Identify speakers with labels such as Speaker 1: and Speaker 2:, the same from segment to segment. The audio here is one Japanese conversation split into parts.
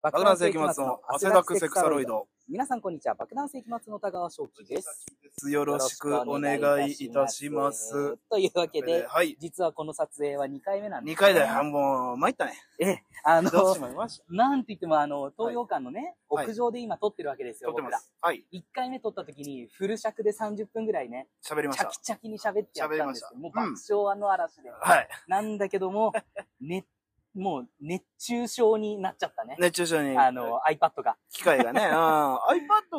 Speaker 1: 爆弾世紀末の汗だくセクサロイド。
Speaker 2: 皆さんこんにちは。爆弾世紀末の田川翔樹です。
Speaker 1: よろしくお願いいたします。。
Speaker 2: というわけで、
Speaker 1: はい。
Speaker 2: 実はこの撮影は2回目なんです、
Speaker 1: 2回だよ。。もう、参ったね。
Speaker 2: あ
Speaker 1: どう
Speaker 2: の
Speaker 1: し、まいまし
Speaker 2: なんと言ってもあの、東洋館のね、
Speaker 1: はい
Speaker 2: 屋上で今撮ってるわけです
Speaker 1: た。
Speaker 2: よ、
Speaker 1: 撮って
Speaker 2: 僕
Speaker 1: ま
Speaker 2: ら。
Speaker 1: す。はい。
Speaker 2: 1回目撮った時にフル尺で30分ぐらいね、
Speaker 1: 喋りまし
Speaker 2: チャ
Speaker 1: た
Speaker 2: キ。チャキに喋ってやったんですけど、もう爆笑の嵐で。
Speaker 1: はい。
Speaker 2: なんだけど も、ね、もう熱中症になっちゃったね。
Speaker 1: 熱中症に。
Speaker 2: あの、iPad が。
Speaker 1: 機 械がね。うん。iPad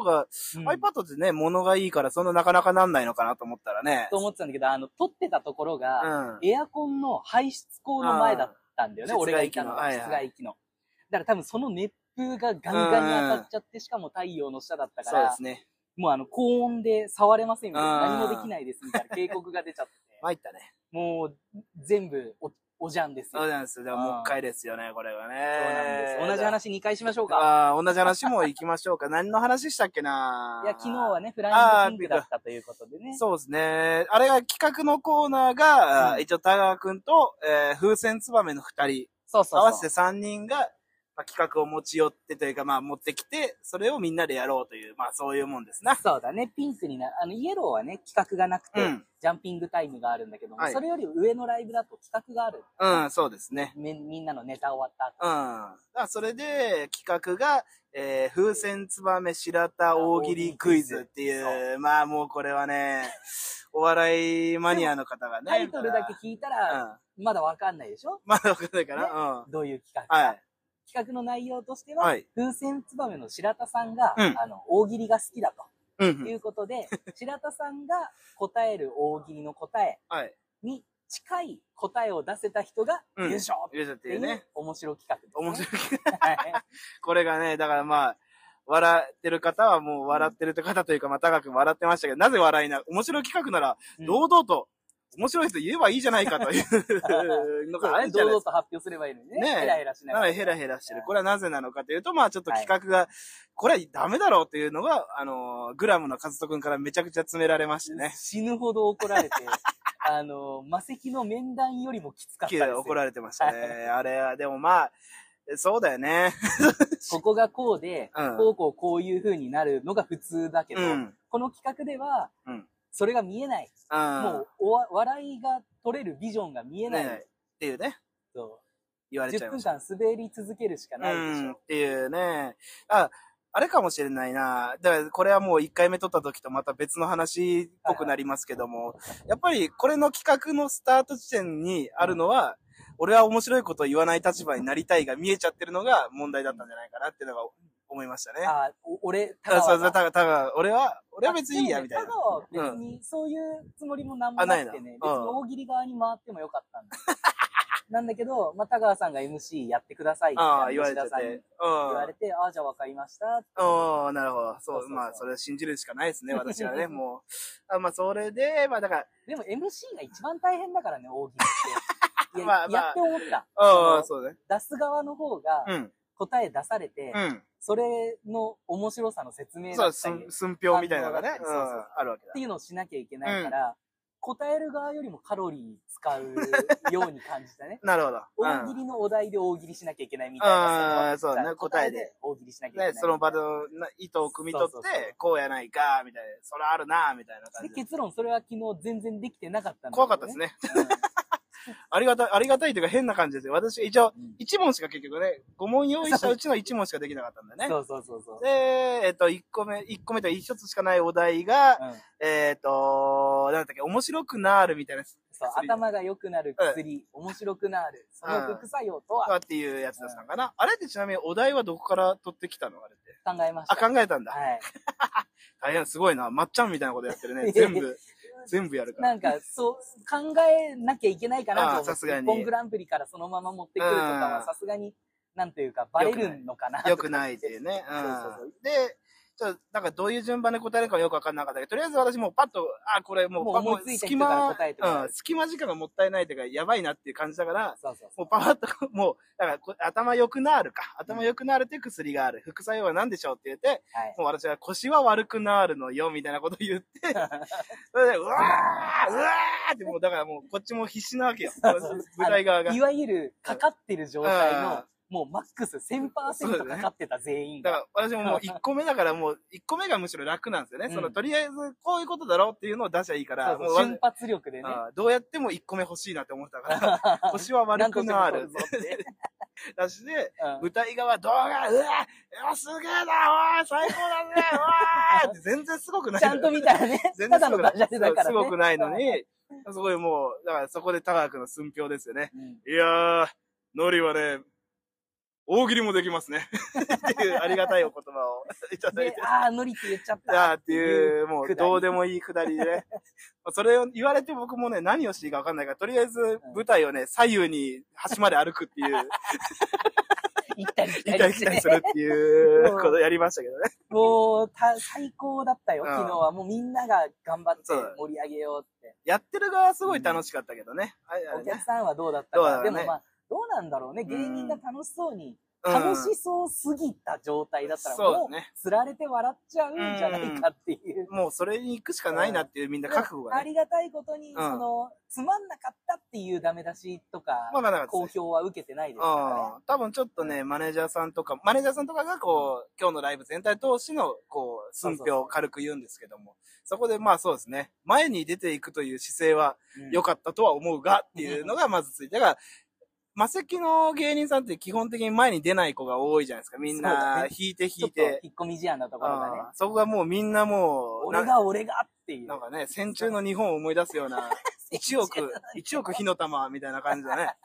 Speaker 1: が、
Speaker 2: うん
Speaker 1: iPad ってね、物がいいから、そんななかなかなんないのかなと思ったらね
Speaker 2: と。思ってたんだけど、あの、撮ってたところ
Speaker 1: う
Speaker 2: が、
Speaker 1: ん。
Speaker 2: エアコンの排出口の前だったんだよね、
Speaker 1: あー
Speaker 2: 俺がいたの
Speaker 1: 室
Speaker 2: が、
Speaker 1: 外機のはい
Speaker 2: 室
Speaker 1: はい
Speaker 2: 外機の。だから多分その熱風がガンガンに当たっちゃって、しかも太陽の下だったか
Speaker 1: そうで
Speaker 2: ら、
Speaker 1: すね。
Speaker 2: もうあの、高温で触れませんみたいな、
Speaker 1: うん
Speaker 2: 何もできないですみたいな警告が出ちゃって、
Speaker 1: 参ったね。
Speaker 2: もう全部お、おじゃんですよ。
Speaker 1: そう
Speaker 2: そう
Speaker 1: なんですよ。だからもう一回ですよね、これがね。
Speaker 2: なんです。同じ話2回しましょうか。
Speaker 1: ああ、同じ話も行きましょうか。何の話したっけない
Speaker 2: や、昨日はね、フ
Speaker 1: あ
Speaker 2: ラ
Speaker 1: ー
Speaker 2: イングキングだったということでね。
Speaker 1: そうですね。あれが企画のコーナーが、
Speaker 2: うん
Speaker 1: 一応田川くんと、えー風船つばめの二人、
Speaker 2: そうそうそう。
Speaker 1: 合わせて三人が、まあ、企画を持ち寄ってというか、まあ持ってきて、それをみんなでやろうという、まあそういうもんですな。
Speaker 2: そうだね、ピンクにな、あの、イエローはね、企画がなくて、
Speaker 1: うん
Speaker 2: ジャンピングタイムがあるんだけども、
Speaker 1: はい
Speaker 2: それより上のライブだと企画がある。
Speaker 1: うん、そうですね。
Speaker 2: みみんなのネタ終わった
Speaker 1: うん。だからそれで、企画が、えー風船つばめ白田大喜利クイズっていう、まあもうこれはね、 お笑いマニアの方が
Speaker 2: 後。
Speaker 1: ね。
Speaker 2: タイトルだけ聞いたら、
Speaker 1: うん。
Speaker 2: まだわかんないでしょ
Speaker 1: まだわかんないかな、うん。
Speaker 2: どういう企画。
Speaker 1: はい。
Speaker 2: 企画の内容としては、
Speaker 1: はい。
Speaker 2: 風船つばめの白田さんが、
Speaker 1: うん
Speaker 2: あの、大喜利が好きだ
Speaker 1: うんう
Speaker 2: と
Speaker 1: ん。
Speaker 2: いうことで、 白田さんが答える大喜利の答え
Speaker 1: はい。
Speaker 2: に近い答えを出せた人が
Speaker 1: うん
Speaker 2: 優勝っ
Speaker 1: よいしょって
Speaker 2: てい
Speaker 1: いうね
Speaker 2: う。面白企画
Speaker 1: 面
Speaker 2: です、ね。
Speaker 1: 白い。
Speaker 2: 面白い。
Speaker 1: これがね、だからまあ、笑ってる方はもう笑ってる方というか、まあ、高く笑ってましたけど、なぜ笑いな、面白い企画なら、
Speaker 2: うん
Speaker 1: 堂々と、面白い人言えばいいじゃないかというのがあるじゃ
Speaker 2: 堂
Speaker 1: ないで
Speaker 2: 々
Speaker 1: す
Speaker 2: と発表すればいいのにね。
Speaker 1: ねえ
Speaker 2: ヘラヘラし
Speaker 1: か。
Speaker 2: なが
Speaker 1: なの
Speaker 2: ら。
Speaker 1: で、ヘラヘラしてる。これはなぜなのかというと、まあ、ちょっと企画が、これはダメだろうというのが、あのー、グラムの和人くんからめちゃくちゃ詰められましてね。
Speaker 2: 死ぬほど怒られて、 あの、魔石の面談よりもきつかったですよ。
Speaker 1: 怒られてま したね。あれは、でもまあ、そうだよね。
Speaker 2: ここがこうで、
Speaker 1: うん
Speaker 2: こうこうこういう風になるのが普通だけど、
Speaker 1: うん。
Speaker 2: この企画では、
Speaker 1: うん
Speaker 2: それが見えない。
Speaker 1: うん。
Speaker 2: もうおわ、笑いが取れるビジョンが見えない。
Speaker 1: ねえっていうね、
Speaker 2: そ
Speaker 1: 言わ
Speaker 2: う
Speaker 1: れちゃい
Speaker 2: 10
Speaker 1: まし
Speaker 2: 分
Speaker 1: た。
Speaker 2: 間滑り続けるしかないでし
Speaker 1: うん、っ
Speaker 2: ょ。
Speaker 1: ていうね。あ、あれかもしれないな。だから、これはもう1回目撮った時とまた別の話っぽくなりますけども、やっぱりこれの企画のスタート地点にあるのは、俺は面白いことを言わない立場になりたいが見えちゃってるのが問題だったんじゃないかなっていうのが思いましたね。あ、
Speaker 2: あお俺、田
Speaker 1: そう
Speaker 2: 川
Speaker 1: そう、
Speaker 2: が。
Speaker 1: だから、だから俺は、俺は別にいいや、
Speaker 2: あ
Speaker 1: みたい
Speaker 2: で
Speaker 1: な。
Speaker 2: もね田川は別にそういうつもりもなんも
Speaker 1: あ
Speaker 2: な
Speaker 1: ないな
Speaker 2: くてね、
Speaker 1: う
Speaker 2: 別
Speaker 1: ん
Speaker 2: に大喜利側に回ってもよかったんだ。 なんだけど、まあ、田川さんが MC やってくださいって
Speaker 1: ああ、言われちゃっ
Speaker 2: 吉田さんに
Speaker 1: て。
Speaker 2: 言わ
Speaker 1: う
Speaker 2: れ
Speaker 1: ん。
Speaker 2: て、ああ、じゃあわかりました。
Speaker 1: おー、なるほど。そう、
Speaker 2: そうそうそう
Speaker 1: まあ、それを信じるしかないですね、私は ね、もう。あまあ、それで、まあ、だから、
Speaker 2: でも MC が一番大変だからね、大喜利って。いや、
Speaker 1: まあまあ
Speaker 2: やって思った。
Speaker 1: ああ、
Speaker 2: そ
Speaker 1: そうね。
Speaker 2: の出す側の方が
Speaker 1: うん。
Speaker 2: 答え出されて、
Speaker 1: うん。
Speaker 2: それの面白さの説明
Speaker 1: そ
Speaker 2: だ
Speaker 1: う、
Speaker 2: っ
Speaker 1: す
Speaker 2: たり、っ
Speaker 1: ん、寸評みたいなのがね、
Speaker 2: 反応
Speaker 1: う
Speaker 2: だったり
Speaker 1: ん、あるわけだ
Speaker 2: て。いうのをしなきゃいけないから、答える側よりもカロリー使うように感じたね。
Speaker 1: なるほど。う
Speaker 2: 大喜
Speaker 1: ん。
Speaker 2: 利のお題で大喜利しなきゃいけないみたいな。
Speaker 1: あーそうだね
Speaker 2: じゃあ
Speaker 1: 答えで。
Speaker 2: 大喜利しなきゃいけない
Speaker 1: ね、。その場のな意図を汲み取
Speaker 2: そう
Speaker 1: っ
Speaker 2: そうそう
Speaker 1: て、こうやないか、みたいな、それあるな、みたいな感
Speaker 2: で
Speaker 1: じで。
Speaker 2: 結論、それは昨日全然できてなかったんだけど
Speaker 1: 怖かったです。ね。ありがたい、ありがたいというか変な感じですよ。私、一応、
Speaker 2: うんうん
Speaker 1: 1問しか結局ね、5問用意したうちの1問しかできなかったんだね。
Speaker 2: そうそうそうそう。
Speaker 1: で、えっと、1個目、一個目と1つしかないお題が、
Speaker 2: うん
Speaker 1: えっと、なんだっけ、面白くなるみたいな、
Speaker 2: そう、
Speaker 1: 薬
Speaker 2: 頭が良くなる薬、面白くなる、その副作用と
Speaker 1: とか
Speaker 2: は
Speaker 1: っていうやつだったのかな。あれってちなみにお題はどこから取ってきたのあれって。
Speaker 2: 考えまし
Speaker 1: あ、
Speaker 2: た。
Speaker 1: 考えたんだ。
Speaker 2: はい。
Speaker 1: 大変、すごいな。まっちゃんみたいなことやって るね。全部、全部やるから。
Speaker 2: なんか、そう、考えなきゃいけないかなと思っ
Speaker 1: あー
Speaker 2: て、
Speaker 1: さすがに
Speaker 2: 日本グランプリからそのまま持ってくるとか
Speaker 1: う
Speaker 2: は、
Speaker 1: ん
Speaker 2: さすがに、なんというか、バレるのかな
Speaker 1: よくないっていうね。うん。
Speaker 2: そうそう
Speaker 1: で、ちょっと、なんかどういう順番で答えるかよくわかんなかったけど、とりあえず私もうパッと、あ、これもう、
Speaker 2: もう思いついた
Speaker 1: 隙
Speaker 2: 人から
Speaker 1: 間、
Speaker 2: 答えてもらう
Speaker 1: うん、隙間時間がもったいないというか、やばいなっていう感じだから、
Speaker 2: そうそうそ
Speaker 1: も
Speaker 2: う
Speaker 1: う。パパッと、もう、だからこ頭良くなるか。頭良くなるっていう薬がある。副作用は何でしょうって言って、
Speaker 2: はい。
Speaker 1: もう私は腰は悪くなるのよ、みたいなこと 言って、それで、うわーうわーってもう、だからもう、こっちも必死なわけよ。舞台側が。
Speaker 2: いわゆる、かかってる状態
Speaker 1: うん
Speaker 2: のもうマックス1000%かかってた全員
Speaker 1: だか
Speaker 2: が。
Speaker 1: ら私ももう1個目だからもう1個目がむしろ楽なんですよね。
Speaker 2: うん
Speaker 1: そのとりあえずこういうことだろうっていうのを出しゃいいか
Speaker 2: そ
Speaker 1: ら、
Speaker 2: うそう
Speaker 1: も
Speaker 2: 瞬発力でね。
Speaker 1: あーどうやっても1個目欲しいなって思って たから、腰は
Speaker 2: な
Speaker 1: 丸
Speaker 2: んと
Speaker 1: く
Speaker 2: でも
Speaker 1: な
Speaker 2: 取る
Speaker 1: る
Speaker 2: ぞ。って。
Speaker 1: 出して、
Speaker 2: うん
Speaker 1: 舞台側動画、うわうわすげえなおい最高だねうわーって全然すご くない。
Speaker 2: ちゃんと見たらね、
Speaker 1: 全
Speaker 2: た
Speaker 1: 然
Speaker 2: だ
Speaker 1: す
Speaker 2: の
Speaker 1: ごく
Speaker 2: ダジャレ
Speaker 1: ない。
Speaker 2: だから
Speaker 1: す
Speaker 2: ね。
Speaker 1: ごくないのに、すごいもう、だからそこで高くの寸評ですよね。
Speaker 2: うん
Speaker 1: いやー、ノリはね、大喜利もできますね。 っていうありがたいお言葉をいただい
Speaker 2: で
Speaker 1: て、。
Speaker 2: ああ、ノリって言っちゃっ
Speaker 1: いや
Speaker 2: た。
Speaker 1: ーっていう、
Speaker 2: くだ
Speaker 1: もう
Speaker 2: り
Speaker 1: どうでもいいくだ りでね。まあそれを言われて僕もね、何をしていいかわかんないから、とりあえず舞台をね、左右に端まで歩くって いう、
Speaker 2: 行ったり来
Speaker 1: 行ったた
Speaker 2: り
Speaker 1: り
Speaker 2: し
Speaker 1: 来
Speaker 2: て
Speaker 1: た
Speaker 2: ね
Speaker 1: りす。るってい
Speaker 2: そう
Speaker 1: うことをやりましたけどね。
Speaker 2: もう、た、最高だったよ、
Speaker 1: うん
Speaker 2: 昨日は。もうみんなが頑張って
Speaker 1: そう
Speaker 2: 盛り上げようって。
Speaker 1: やってる側はすごい楽しかったけどね。あれあ
Speaker 2: お
Speaker 1: れ
Speaker 2: 客
Speaker 1: ね
Speaker 2: さんはどうだったか。
Speaker 1: そう
Speaker 2: で
Speaker 1: だね
Speaker 2: もまあ、どうなんだろうね。
Speaker 1: ん
Speaker 2: 芸人が楽しそうに、
Speaker 1: うん
Speaker 2: 楽しそうすぎた状態だったら、
Speaker 1: そう
Speaker 2: も
Speaker 1: だ
Speaker 2: う、
Speaker 1: ね。
Speaker 2: 釣られて笑っちゃうんじゃないかっていう。
Speaker 1: もうそれに行くしかないなっていうみんな覚悟
Speaker 2: でも
Speaker 1: が
Speaker 2: あ
Speaker 1: ね。
Speaker 2: りがたいことに、
Speaker 1: ん
Speaker 2: その、つまんなかったっていうダメ出しとか、
Speaker 1: まあまあだから
Speaker 2: 好、評は受けてないですからね。
Speaker 1: うん。多分ちょっとね、マネージャーさんとか、マネージャーさんとかがこう、今日のライブ全体通しの、こう、寸評を軽く言うんですけども、そこでまあそうですね、前に出ていくという姿勢は
Speaker 2: うん
Speaker 1: 良かったとは思うがっていうのがまずついて、だから、マセキの芸人さんって基本的に前に出ない子が多いじゃないですか。みん
Speaker 2: そうだ
Speaker 1: な
Speaker 2: ね、
Speaker 1: 引いて
Speaker 2: ちょ
Speaker 1: 引い
Speaker 2: っと
Speaker 1: て。
Speaker 2: 引っ込み思案なところがね。
Speaker 1: うんそこがもうみんなもう、
Speaker 2: 俺
Speaker 1: な
Speaker 2: が俺がっていう。
Speaker 1: なんかね、戦中の日本を思い出すよ うな、1億、一億火の玉みたいな感じ だね。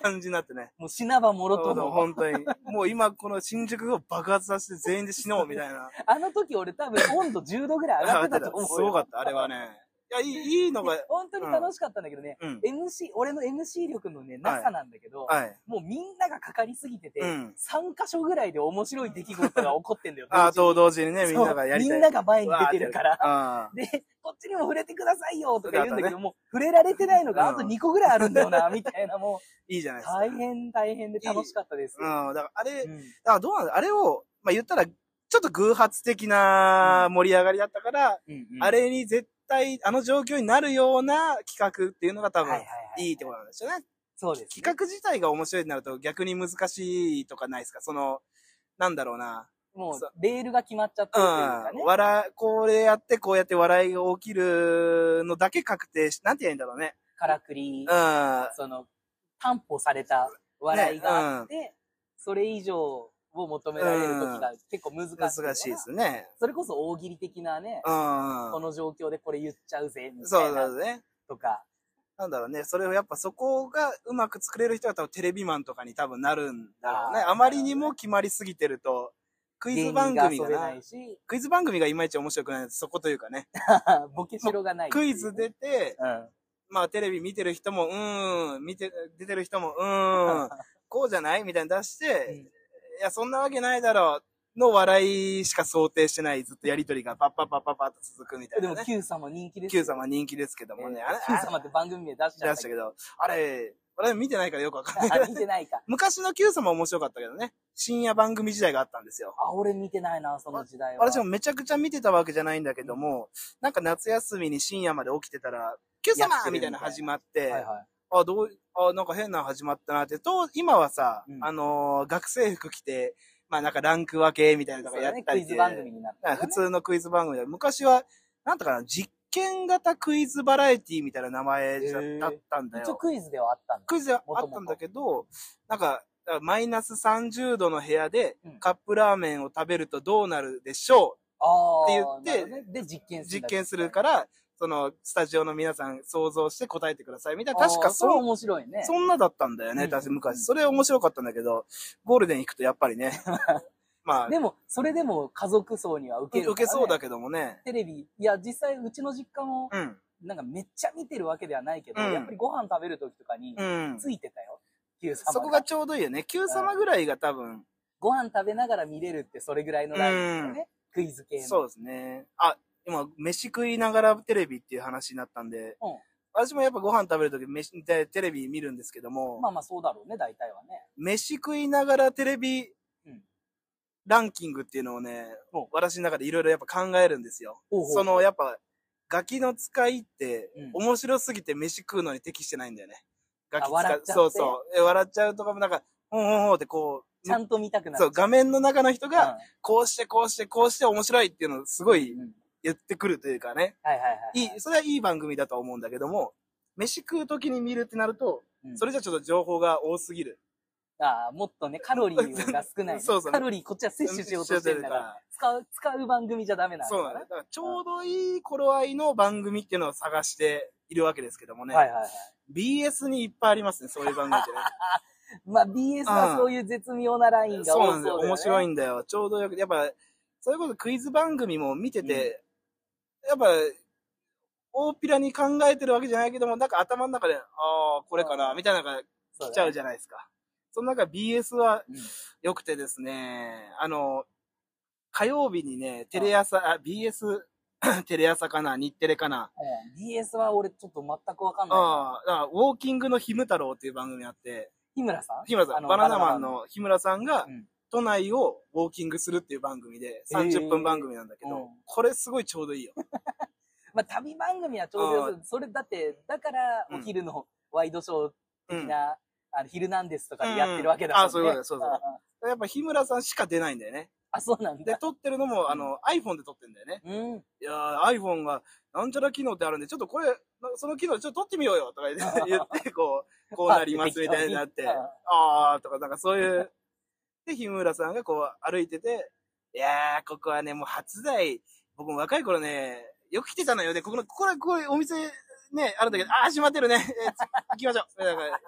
Speaker 1: 感じになってね。
Speaker 2: もう死なばもろとも。
Speaker 1: 本当に。もう今この新宿を爆発させて全員で死のうみたい な。
Speaker 2: あの時俺多分温度10度ぐらい上がってたと思うよ。
Speaker 1: すごかった、あれはね。いや、いい、いいのが、
Speaker 2: 本当に楽しかったんだけどね、
Speaker 1: うん。
Speaker 2: MC、俺の MC 力のね、なさなんだけど、
Speaker 1: はい。
Speaker 2: もうみんながかかりすぎてて、
Speaker 1: うん
Speaker 2: 3箇所ぐらいで面白い出来事が起こってんだよ。
Speaker 1: あー
Speaker 2: 同
Speaker 1: と同時にね、
Speaker 2: 時
Speaker 1: み
Speaker 2: に
Speaker 1: んながやり
Speaker 2: そう
Speaker 1: た
Speaker 2: み
Speaker 1: い。
Speaker 2: んなが前に出てるから。
Speaker 1: あ
Speaker 2: で、こっちにも触れてくださいよとか言うんだけ
Speaker 1: そうだ
Speaker 2: ど、もう触れられてないのがあ
Speaker 1: うん
Speaker 2: と2個ぐらいあるんだよ な、みたいな、も
Speaker 1: ーいいじゃな
Speaker 2: う
Speaker 1: いですか。
Speaker 2: 大変大変で楽しかったです。
Speaker 1: うん。だから、あれ、
Speaker 2: うん
Speaker 1: あどうなんだあれを、まあ、言ったら、ちょっと偶発的な盛り上がりだったから、
Speaker 2: うんうん
Speaker 1: あれに絶対、あの状況になるような企画っていうのが多
Speaker 2: はいは
Speaker 1: 分
Speaker 2: い、はい
Speaker 1: いいってことなんですよね。
Speaker 2: そうですね、
Speaker 1: 企画自体が面白いになると逆に難しいとかないですかその、なんだろうな。
Speaker 2: も、
Speaker 1: そう
Speaker 2: レールが決まっちゃってるというか
Speaker 1: う
Speaker 2: ね
Speaker 1: ん。。笑い、これやって、こうやって笑いが起きるのだけ確定し、なんて言うんだろうね。
Speaker 2: からくり
Speaker 1: う、ん。
Speaker 2: その、担保された笑いがあって、それ以上を求められる時が結構難しい、
Speaker 1: 難しいで。すね。
Speaker 2: それこそ大喜利的なね、
Speaker 1: うん。
Speaker 2: この状況でこれ言っちゃうぜ、み
Speaker 1: そ
Speaker 2: たいう
Speaker 1: だ
Speaker 2: な
Speaker 1: ね。
Speaker 2: とか。
Speaker 1: なんだろうね。それをやっぱそこがうまく作れる人は多分テレビマンとかに多分なるんだろうね。
Speaker 2: あー
Speaker 1: あまりにも決まりすぎてると、クイ
Speaker 2: 芸
Speaker 1: ズ
Speaker 2: 人
Speaker 1: 番
Speaker 2: が
Speaker 1: 組
Speaker 2: 遊
Speaker 1: が
Speaker 2: べ
Speaker 1: な
Speaker 2: な、いし、
Speaker 1: クイズ番組がいまいち面白くない。そこというかね。
Speaker 2: ボケしろがない。
Speaker 1: クイズ。出て、
Speaker 2: うん。
Speaker 1: まあテレビ見てる人も、うーん、見て、出てる人も、うーん、こうじゃないみたいなの出して、
Speaker 2: うん
Speaker 1: いや、そんなわけないだろう、の笑いしか想定してない、ずっとやりとりがパッパッパッパッパッと続くみたい
Speaker 2: で
Speaker 1: な、
Speaker 2: も
Speaker 1: ね。
Speaker 2: Q 様人気です
Speaker 1: Q
Speaker 2: よ。
Speaker 1: 様人気ですけどもね、あれ、
Speaker 2: Q
Speaker 1: あ
Speaker 2: 様って番組名出しち
Speaker 1: れ
Speaker 2: ゃっ
Speaker 1: 出したた
Speaker 2: け
Speaker 1: けど、あれ、俺見てないからよくわかん
Speaker 2: ど。
Speaker 1: な
Speaker 2: あ、
Speaker 1: い
Speaker 2: 見。てないか。
Speaker 1: 昔の Q 様面白かったけどね、深夜番組時代があったんですよ。
Speaker 2: あ、俺見てないな、その時代は。
Speaker 1: 私もめちゃくちゃ見てたわけじゃないんだけども、なんか夏休みに深夜まで起きてたら、Q
Speaker 2: やって
Speaker 1: 様
Speaker 2: るみ
Speaker 1: み
Speaker 2: た
Speaker 1: た
Speaker 2: い
Speaker 1: い
Speaker 2: な
Speaker 1: なの始まって、
Speaker 2: はいは
Speaker 1: あ、どう、あ、なんか変なの始まったなって、と、今はさ、
Speaker 2: うん。
Speaker 1: あのー学生服着て、まあなんかランク分けみたいないの
Speaker 2: そ
Speaker 1: と
Speaker 2: う
Speaker 1: かや
Speaker 2: だ
Speaker 1: っ
Speaker 2: ね、
Speaker 1: た
Speaker 2: ク
Speaker 1: り
Speaker 2: イ
Speaker 1: して、
Speaker 2: ズ番組になった
Speaker 1: あ
Speaker 2: よね。
Speaker 1: 普通のクイズ番組だ。昔は、なんとかな、実験型クイズバラエティみたいな名前じゃ
Speaker 2: へー
Speaker 1: だったんだ
Speaker 2: 一応
Speaker 1: よ。
Speaker 2: クイズではあったんだ。
Speaker 1: クイズはあったんだけど、なんか、だからマイナス30度の部屋で
Speaker 2: うん
Speaker 1: カップラーメンを食べるとどうなるでしょ
Speaker 2: ああ。
Speaker 1: って言
Speaker 2: なる
Speaker 1: って
Speaker 2: ほどねで、実
Speaker 1: う
Speaker 2: 験する。。
Speaker 1: 実験するからら、その、スタジオの皆さん想像して答えてください。みたいな、
Speaker 2: 確
Speaker 1: 確
Speaker 2: か
Speaker 1: か
Speaker 2: そ
Speaker 1: そ
Speaker 2: れ
Speaker 1: ん
Speaker 2: 面白いね。
Speaker 1: そんなだったんだよ
Speaker 2: う
Speaker 1: ね、
Speaker 2: ん
Speaker 1: 確か
Speaker 2: うん
Speaker 1: 昔。それ面白かったんだけど、ゴールデン行くとやっぱ りね、まあ、
Speaker 2: でも、それでも家族層には受け
Speaker 1: 受
Speaker 2: るからね。
Speaker 1: けそうだけどもね。
Speaker 2: テレビ、いや、実際、うちの実家も、
Speaker 1: うん。
Speaker 2: なんかめっちゃ見てるわけではないけど、
Speaker 1: うん
Speaker 2: やっぱりご飯食べる時とかに、
Speaker 1: うん。
Speaker 2: ついてたよ。Q 様
Speaker 1: そこがちょうどいいよね。Q 様ぐらいが多分、
Speaker 2: ご飯食べながら見れるってそれぐらいのラインだよね。クイズ系の。
Speaker 1: そうですね。あ、今、飯食いながらテレビっていう話になったんで、
Speaker 2: うん
Speaker 1: 私もやっぱご飯食べるとき飯でテレビ見るんですけども、
Speaker 2: まあまあそうだろうね、大体はね。
Speaker 1: 飯食いながらテレビ
Speaker 2: うん
Speaker 1: ランキングっていうのをね
Speaker 2: お、
Speaker 1: 私の中でいろいろやっぱ考えるんですよ。
Speaker 2: ほうほうほう
Speaker 1: そのやっぱ、ガキの使いって
Speaker 2: うん、
Speaker 1: 面白すぎて飯食うのに適してないんだよね。ガキ
Speaker 2: あ笑っちゃ
Speaker 1: 使
Speaker 2: って
Speaker 1: い、そうそう。え笑っちゃうとかもなんか、ほんほんほんってこう、
Speaker 2: ちゃんと見たくなる。
Speaker 1: そう、画面の中の人が、
Speaker 2: うん
Speaker 1: こうして、こうして、こうして面白いっていうのをすごい
Speaker 2: うん
Speaker 1: 言ってくるというかね。
Speaker 2: はいはいはい
Speaker 1: い、それはいい番組だと思うんだけども、飯食う時に見るってなると、
Speaker 2: うん
Speaker 1: それじゃちょっと情報が多すぎる。
Speaker 2: ああ、もっとね、カロリーが少ない、
Speaker 1: そうそう
Speaker 2: カロリーこっちは摂取しようとしてるんだから。使う、使う番組じゃダメなの
Speaker 1: そうなんだ。だからちょうどいい頃合いの番組っていうのを探しているわけですけどもね。
Speaker 2: はいはいはい。
Speaker 1: BS にいっぱいありますね、そういう番組ってね。
Speaker 2: まあ BS はそういう絶妙なライ ンが多
Speaker 1: そ
Speaker 2: そうだ
Speaker 1: うな
Speaker 2: よ
Speaker 1: ん
Speaker 2: ね。
Speaker 1: ですよ。面白いんだよ。ちょうどよく、やっぱ、それこそクイズ番組も見てて、やっぱ、大っぴらに考えてるわけじゃないけども、なんか頭の中で、ああ、これかな、みたいなのが
Speaker 2: そう
Speaker 1: 来ちゃ
Speaker 2: だ
Speaker 1: う
Speaker 2: ね。
Speaker 1: じゃないですか。その中 BS は
Speaker 2: うん
Speaker 1: 良くてですね、あの、火曜日にね、テレ朝、あ、BS、テ レ朝かな、日テレかな。
Speaker 2: うん BS は俺ちょっと全くわかんない。
Speaker 1: ああ、だからウォーキングの日む太郎っていう番組あって、
Speaker 2: 日村さん
Speaker 1: 日村さ
Speaker 2: あ
Speaker 1: ん、
Speaker 2: の
Speaker 1: バナナマンの日村さんが
Speaker 2: うん
Speaker 1: 都内をウォーキングするっていう番組で、
Speaker 2: へえ
Speaker 1: 30分番組なんだけ
Speaker 2: う
Speaker 1: ど
Speaker 2: ん、
Speaker 1: これすごいちょうどいいよ。
Speaker 2: まあ旅番組はちょうどよくそれだって、だから
Speaker 1: うん
Speaker 2: お昼のワイドショー
Speaker 1: う
Speaker 2: 的
Speaker 1: ん。や
Speaker 2: な、あの、ヒルナンデスとかでやってるわけだもんね。
Speaker 1: うんあそういうことだそういうこと
Speaker 2: あ
Speaker 1: だ
Speaker 2: あ
Speaker 1: っぱ日村さんしか出ないんだよね。
Speaker 2: あ、そうなん
Speaker 1: で
Speaker 2: だ、。
Speaker 1: 撮ってるのも、あの、iPhone で撮ってんだよね。
Speaker 2: うん。
Speaker 1: いやー iPhone がなんちゃら機能ってあるんで、ちょっとこれ、なその機能ちょっと撮ってみようよとか 言って言って、こう、こうなりますみたいになって、あーとか、なんかそういう。で、日村さんがこう歩いてて、いやー、ここはね、もう初台、僕も若い頃ね、よく来てたのよ。で、ここの、ここら、こういうお店ね、あるんだけど、あー、閉まってるね。えー行きましょう。みたいなっ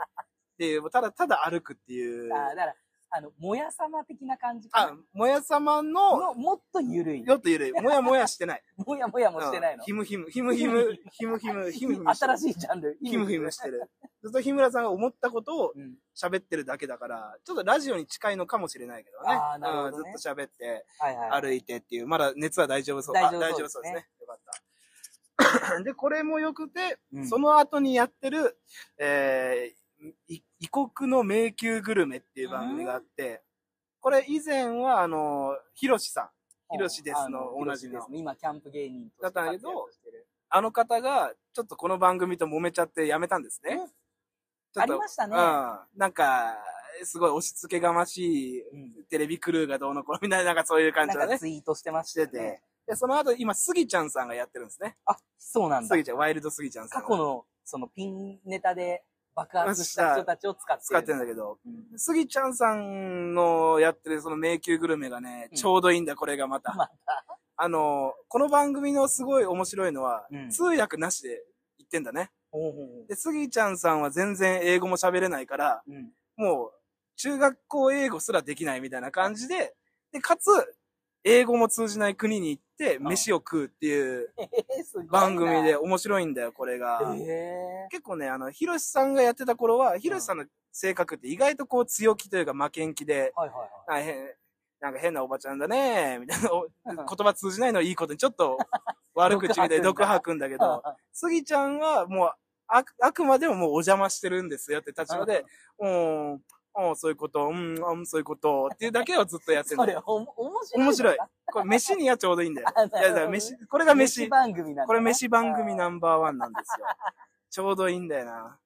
Speaker 1: ていう、もうただただ歩くっていう。
Speaker 2: あだから、あの、もやさま的な感じか
Speaker 1: あ
Speaker 2: な。、
Speaker 1: もやさまの、
Speaker 2: ももっとゆるい。
Speaker 1: よっとゆるい。もやもやしてない。
Speaker 2: もやも やもしてないの
Speaker 1: うん。ひむひむ、ひむひむ、ひむひむ、ひむひむして
Speaker 2: 新。
Speaker 1: る
Speaker 2: しいジャンル。
Speaker 1: ひむひむしてる。ずっと日村さんが思ったことを
Speaker 2: うん。
Speaker 1: 喋ってるだけだから、ちょっとラジオに近いのかもしれないけどね。
Speaker 2: あーなるほどね
Speaker 1: うんずっと喋って、
Speaker 2: はいはい。
Speaker 1: 歩いてっていう。まだ熱は大丈夫そう。
Speaker 2: 大
Speaker 1: あ
Speaker 2: 丈夫
Speaker 1: 大丈夫
Speaker 2: そ
Speaker 1: そうう
Speaker 2: で
Speaker 1: ですす
Speaker 2: ね
Speaker 1: ね。よかった。 で、これもよくて、
Speaker 2: うん
Speaker 1: その後にやってる、えーい異国の迷宮グルメっていう番組があって、これ以前は、あの、ひろしさん。ひろしですの
Speaker 2: あ
Speaker 1: おなじみの
Speaker 2: ひろしです今、キャンプ芸人として
Speaker 1: だったんだけど
Speaker 2: 活躍してる
Speaker 1: あの方が、ちょっとこの番組と揉めちゃってやめたんですね。
Speaker 2: うん
Speaker 1: ちょっと
Speaker 2: ありましたね
Speaker 1: うん。なんか、すごい押し付けがましい、
Speaker 2: うん
Speaker 1: テレビクルーがどうのこうのみたいな、なんかそういう感じ
Speaker 2: な
Speaker 1: が
Speaker 2: んか
Speaker 1: ね、
Speaker 2: ツイートしてまし
Speaker 1: した
Speaker 2: よ
Speaker 1: て
Speaker 2: ね
Speaker 1: て。。で、その後、今、スギちゃんさんがやってるんですね。
Speaker 2: あ、そうなん
Speaker 1: ス
Speaker 2: だ
Speaker 1: ギ。ちゃん、ワイルドスギちゃんさん
Speaker 2: 過
Speaker 1: が。
Speaker 2: 去の、そのピンネタで爆発した人たちを使って
Speaker 1: 使ってるん
Speaker 2: だ。
Speaker 1: だけど、
Speaker 2: うん
Speaker 1: スギちゃんさんのやってるその迷宮グルメがね、
Speaker 2: うん
Speaker 1: ちょうどいいんだ、これがまた。
Speaker 2: ま
Speaker 1: あの、この番組のすごい面白いのは、
Speaker 2: うん
Speaker 1: 通訳なしで言ってんだね。
Speaker 2: ほうほうほう
Speaker 1: で、スギちゃんさんは全然英語も喋れないから、
Speaker 2: うん
Speaker 1: もう、中学校英語すらできないみたいな感じで、で、かつ、英語も通じない国に行って、
Speaker 2: ん
Speaker 1: 飯を食うっていう
Speaker 2: えーすごいな
Speaker 1: 番組で。面白いんだよ、これが。
Speaker 2: え
Speaker 1: 結構ね、あの、ヒロシさんがやってた頃は、ヒロシさんの性格って意外とこう強気というか負けん気で
Speaker 2: ー、はいはいはい。
Speaker 1: あ変なんか変なおばちゃんだね、みたいな、お言葉通じないのいいことにちょっ と悪口みたいに毒吐くんだけど、スギちゃんはもう、あく、あくまでももうお邪魔してるんですよって立場で、うん、うん、そういうこと、うん、うん、そういうこと、っていうだけをずっとや って
Speaker 2: それ
Speaker 1: る。、
Speaker 2: おも面白い。
Speaker 1: 面白い。。これ、飯にはちょうどいいん だよ。
Speaker 2: あ
Speaker 1: いや、だから飯、、これ
Speaker 2: なるほど
Speaker 1: が
Speaker 2: ね飯
Speaker 1: 飯。
Speaker 2: 番組なんだね
Speaker 1: これ飯番組ナンバーワンなんで すよ。ちょうどいいんだよな。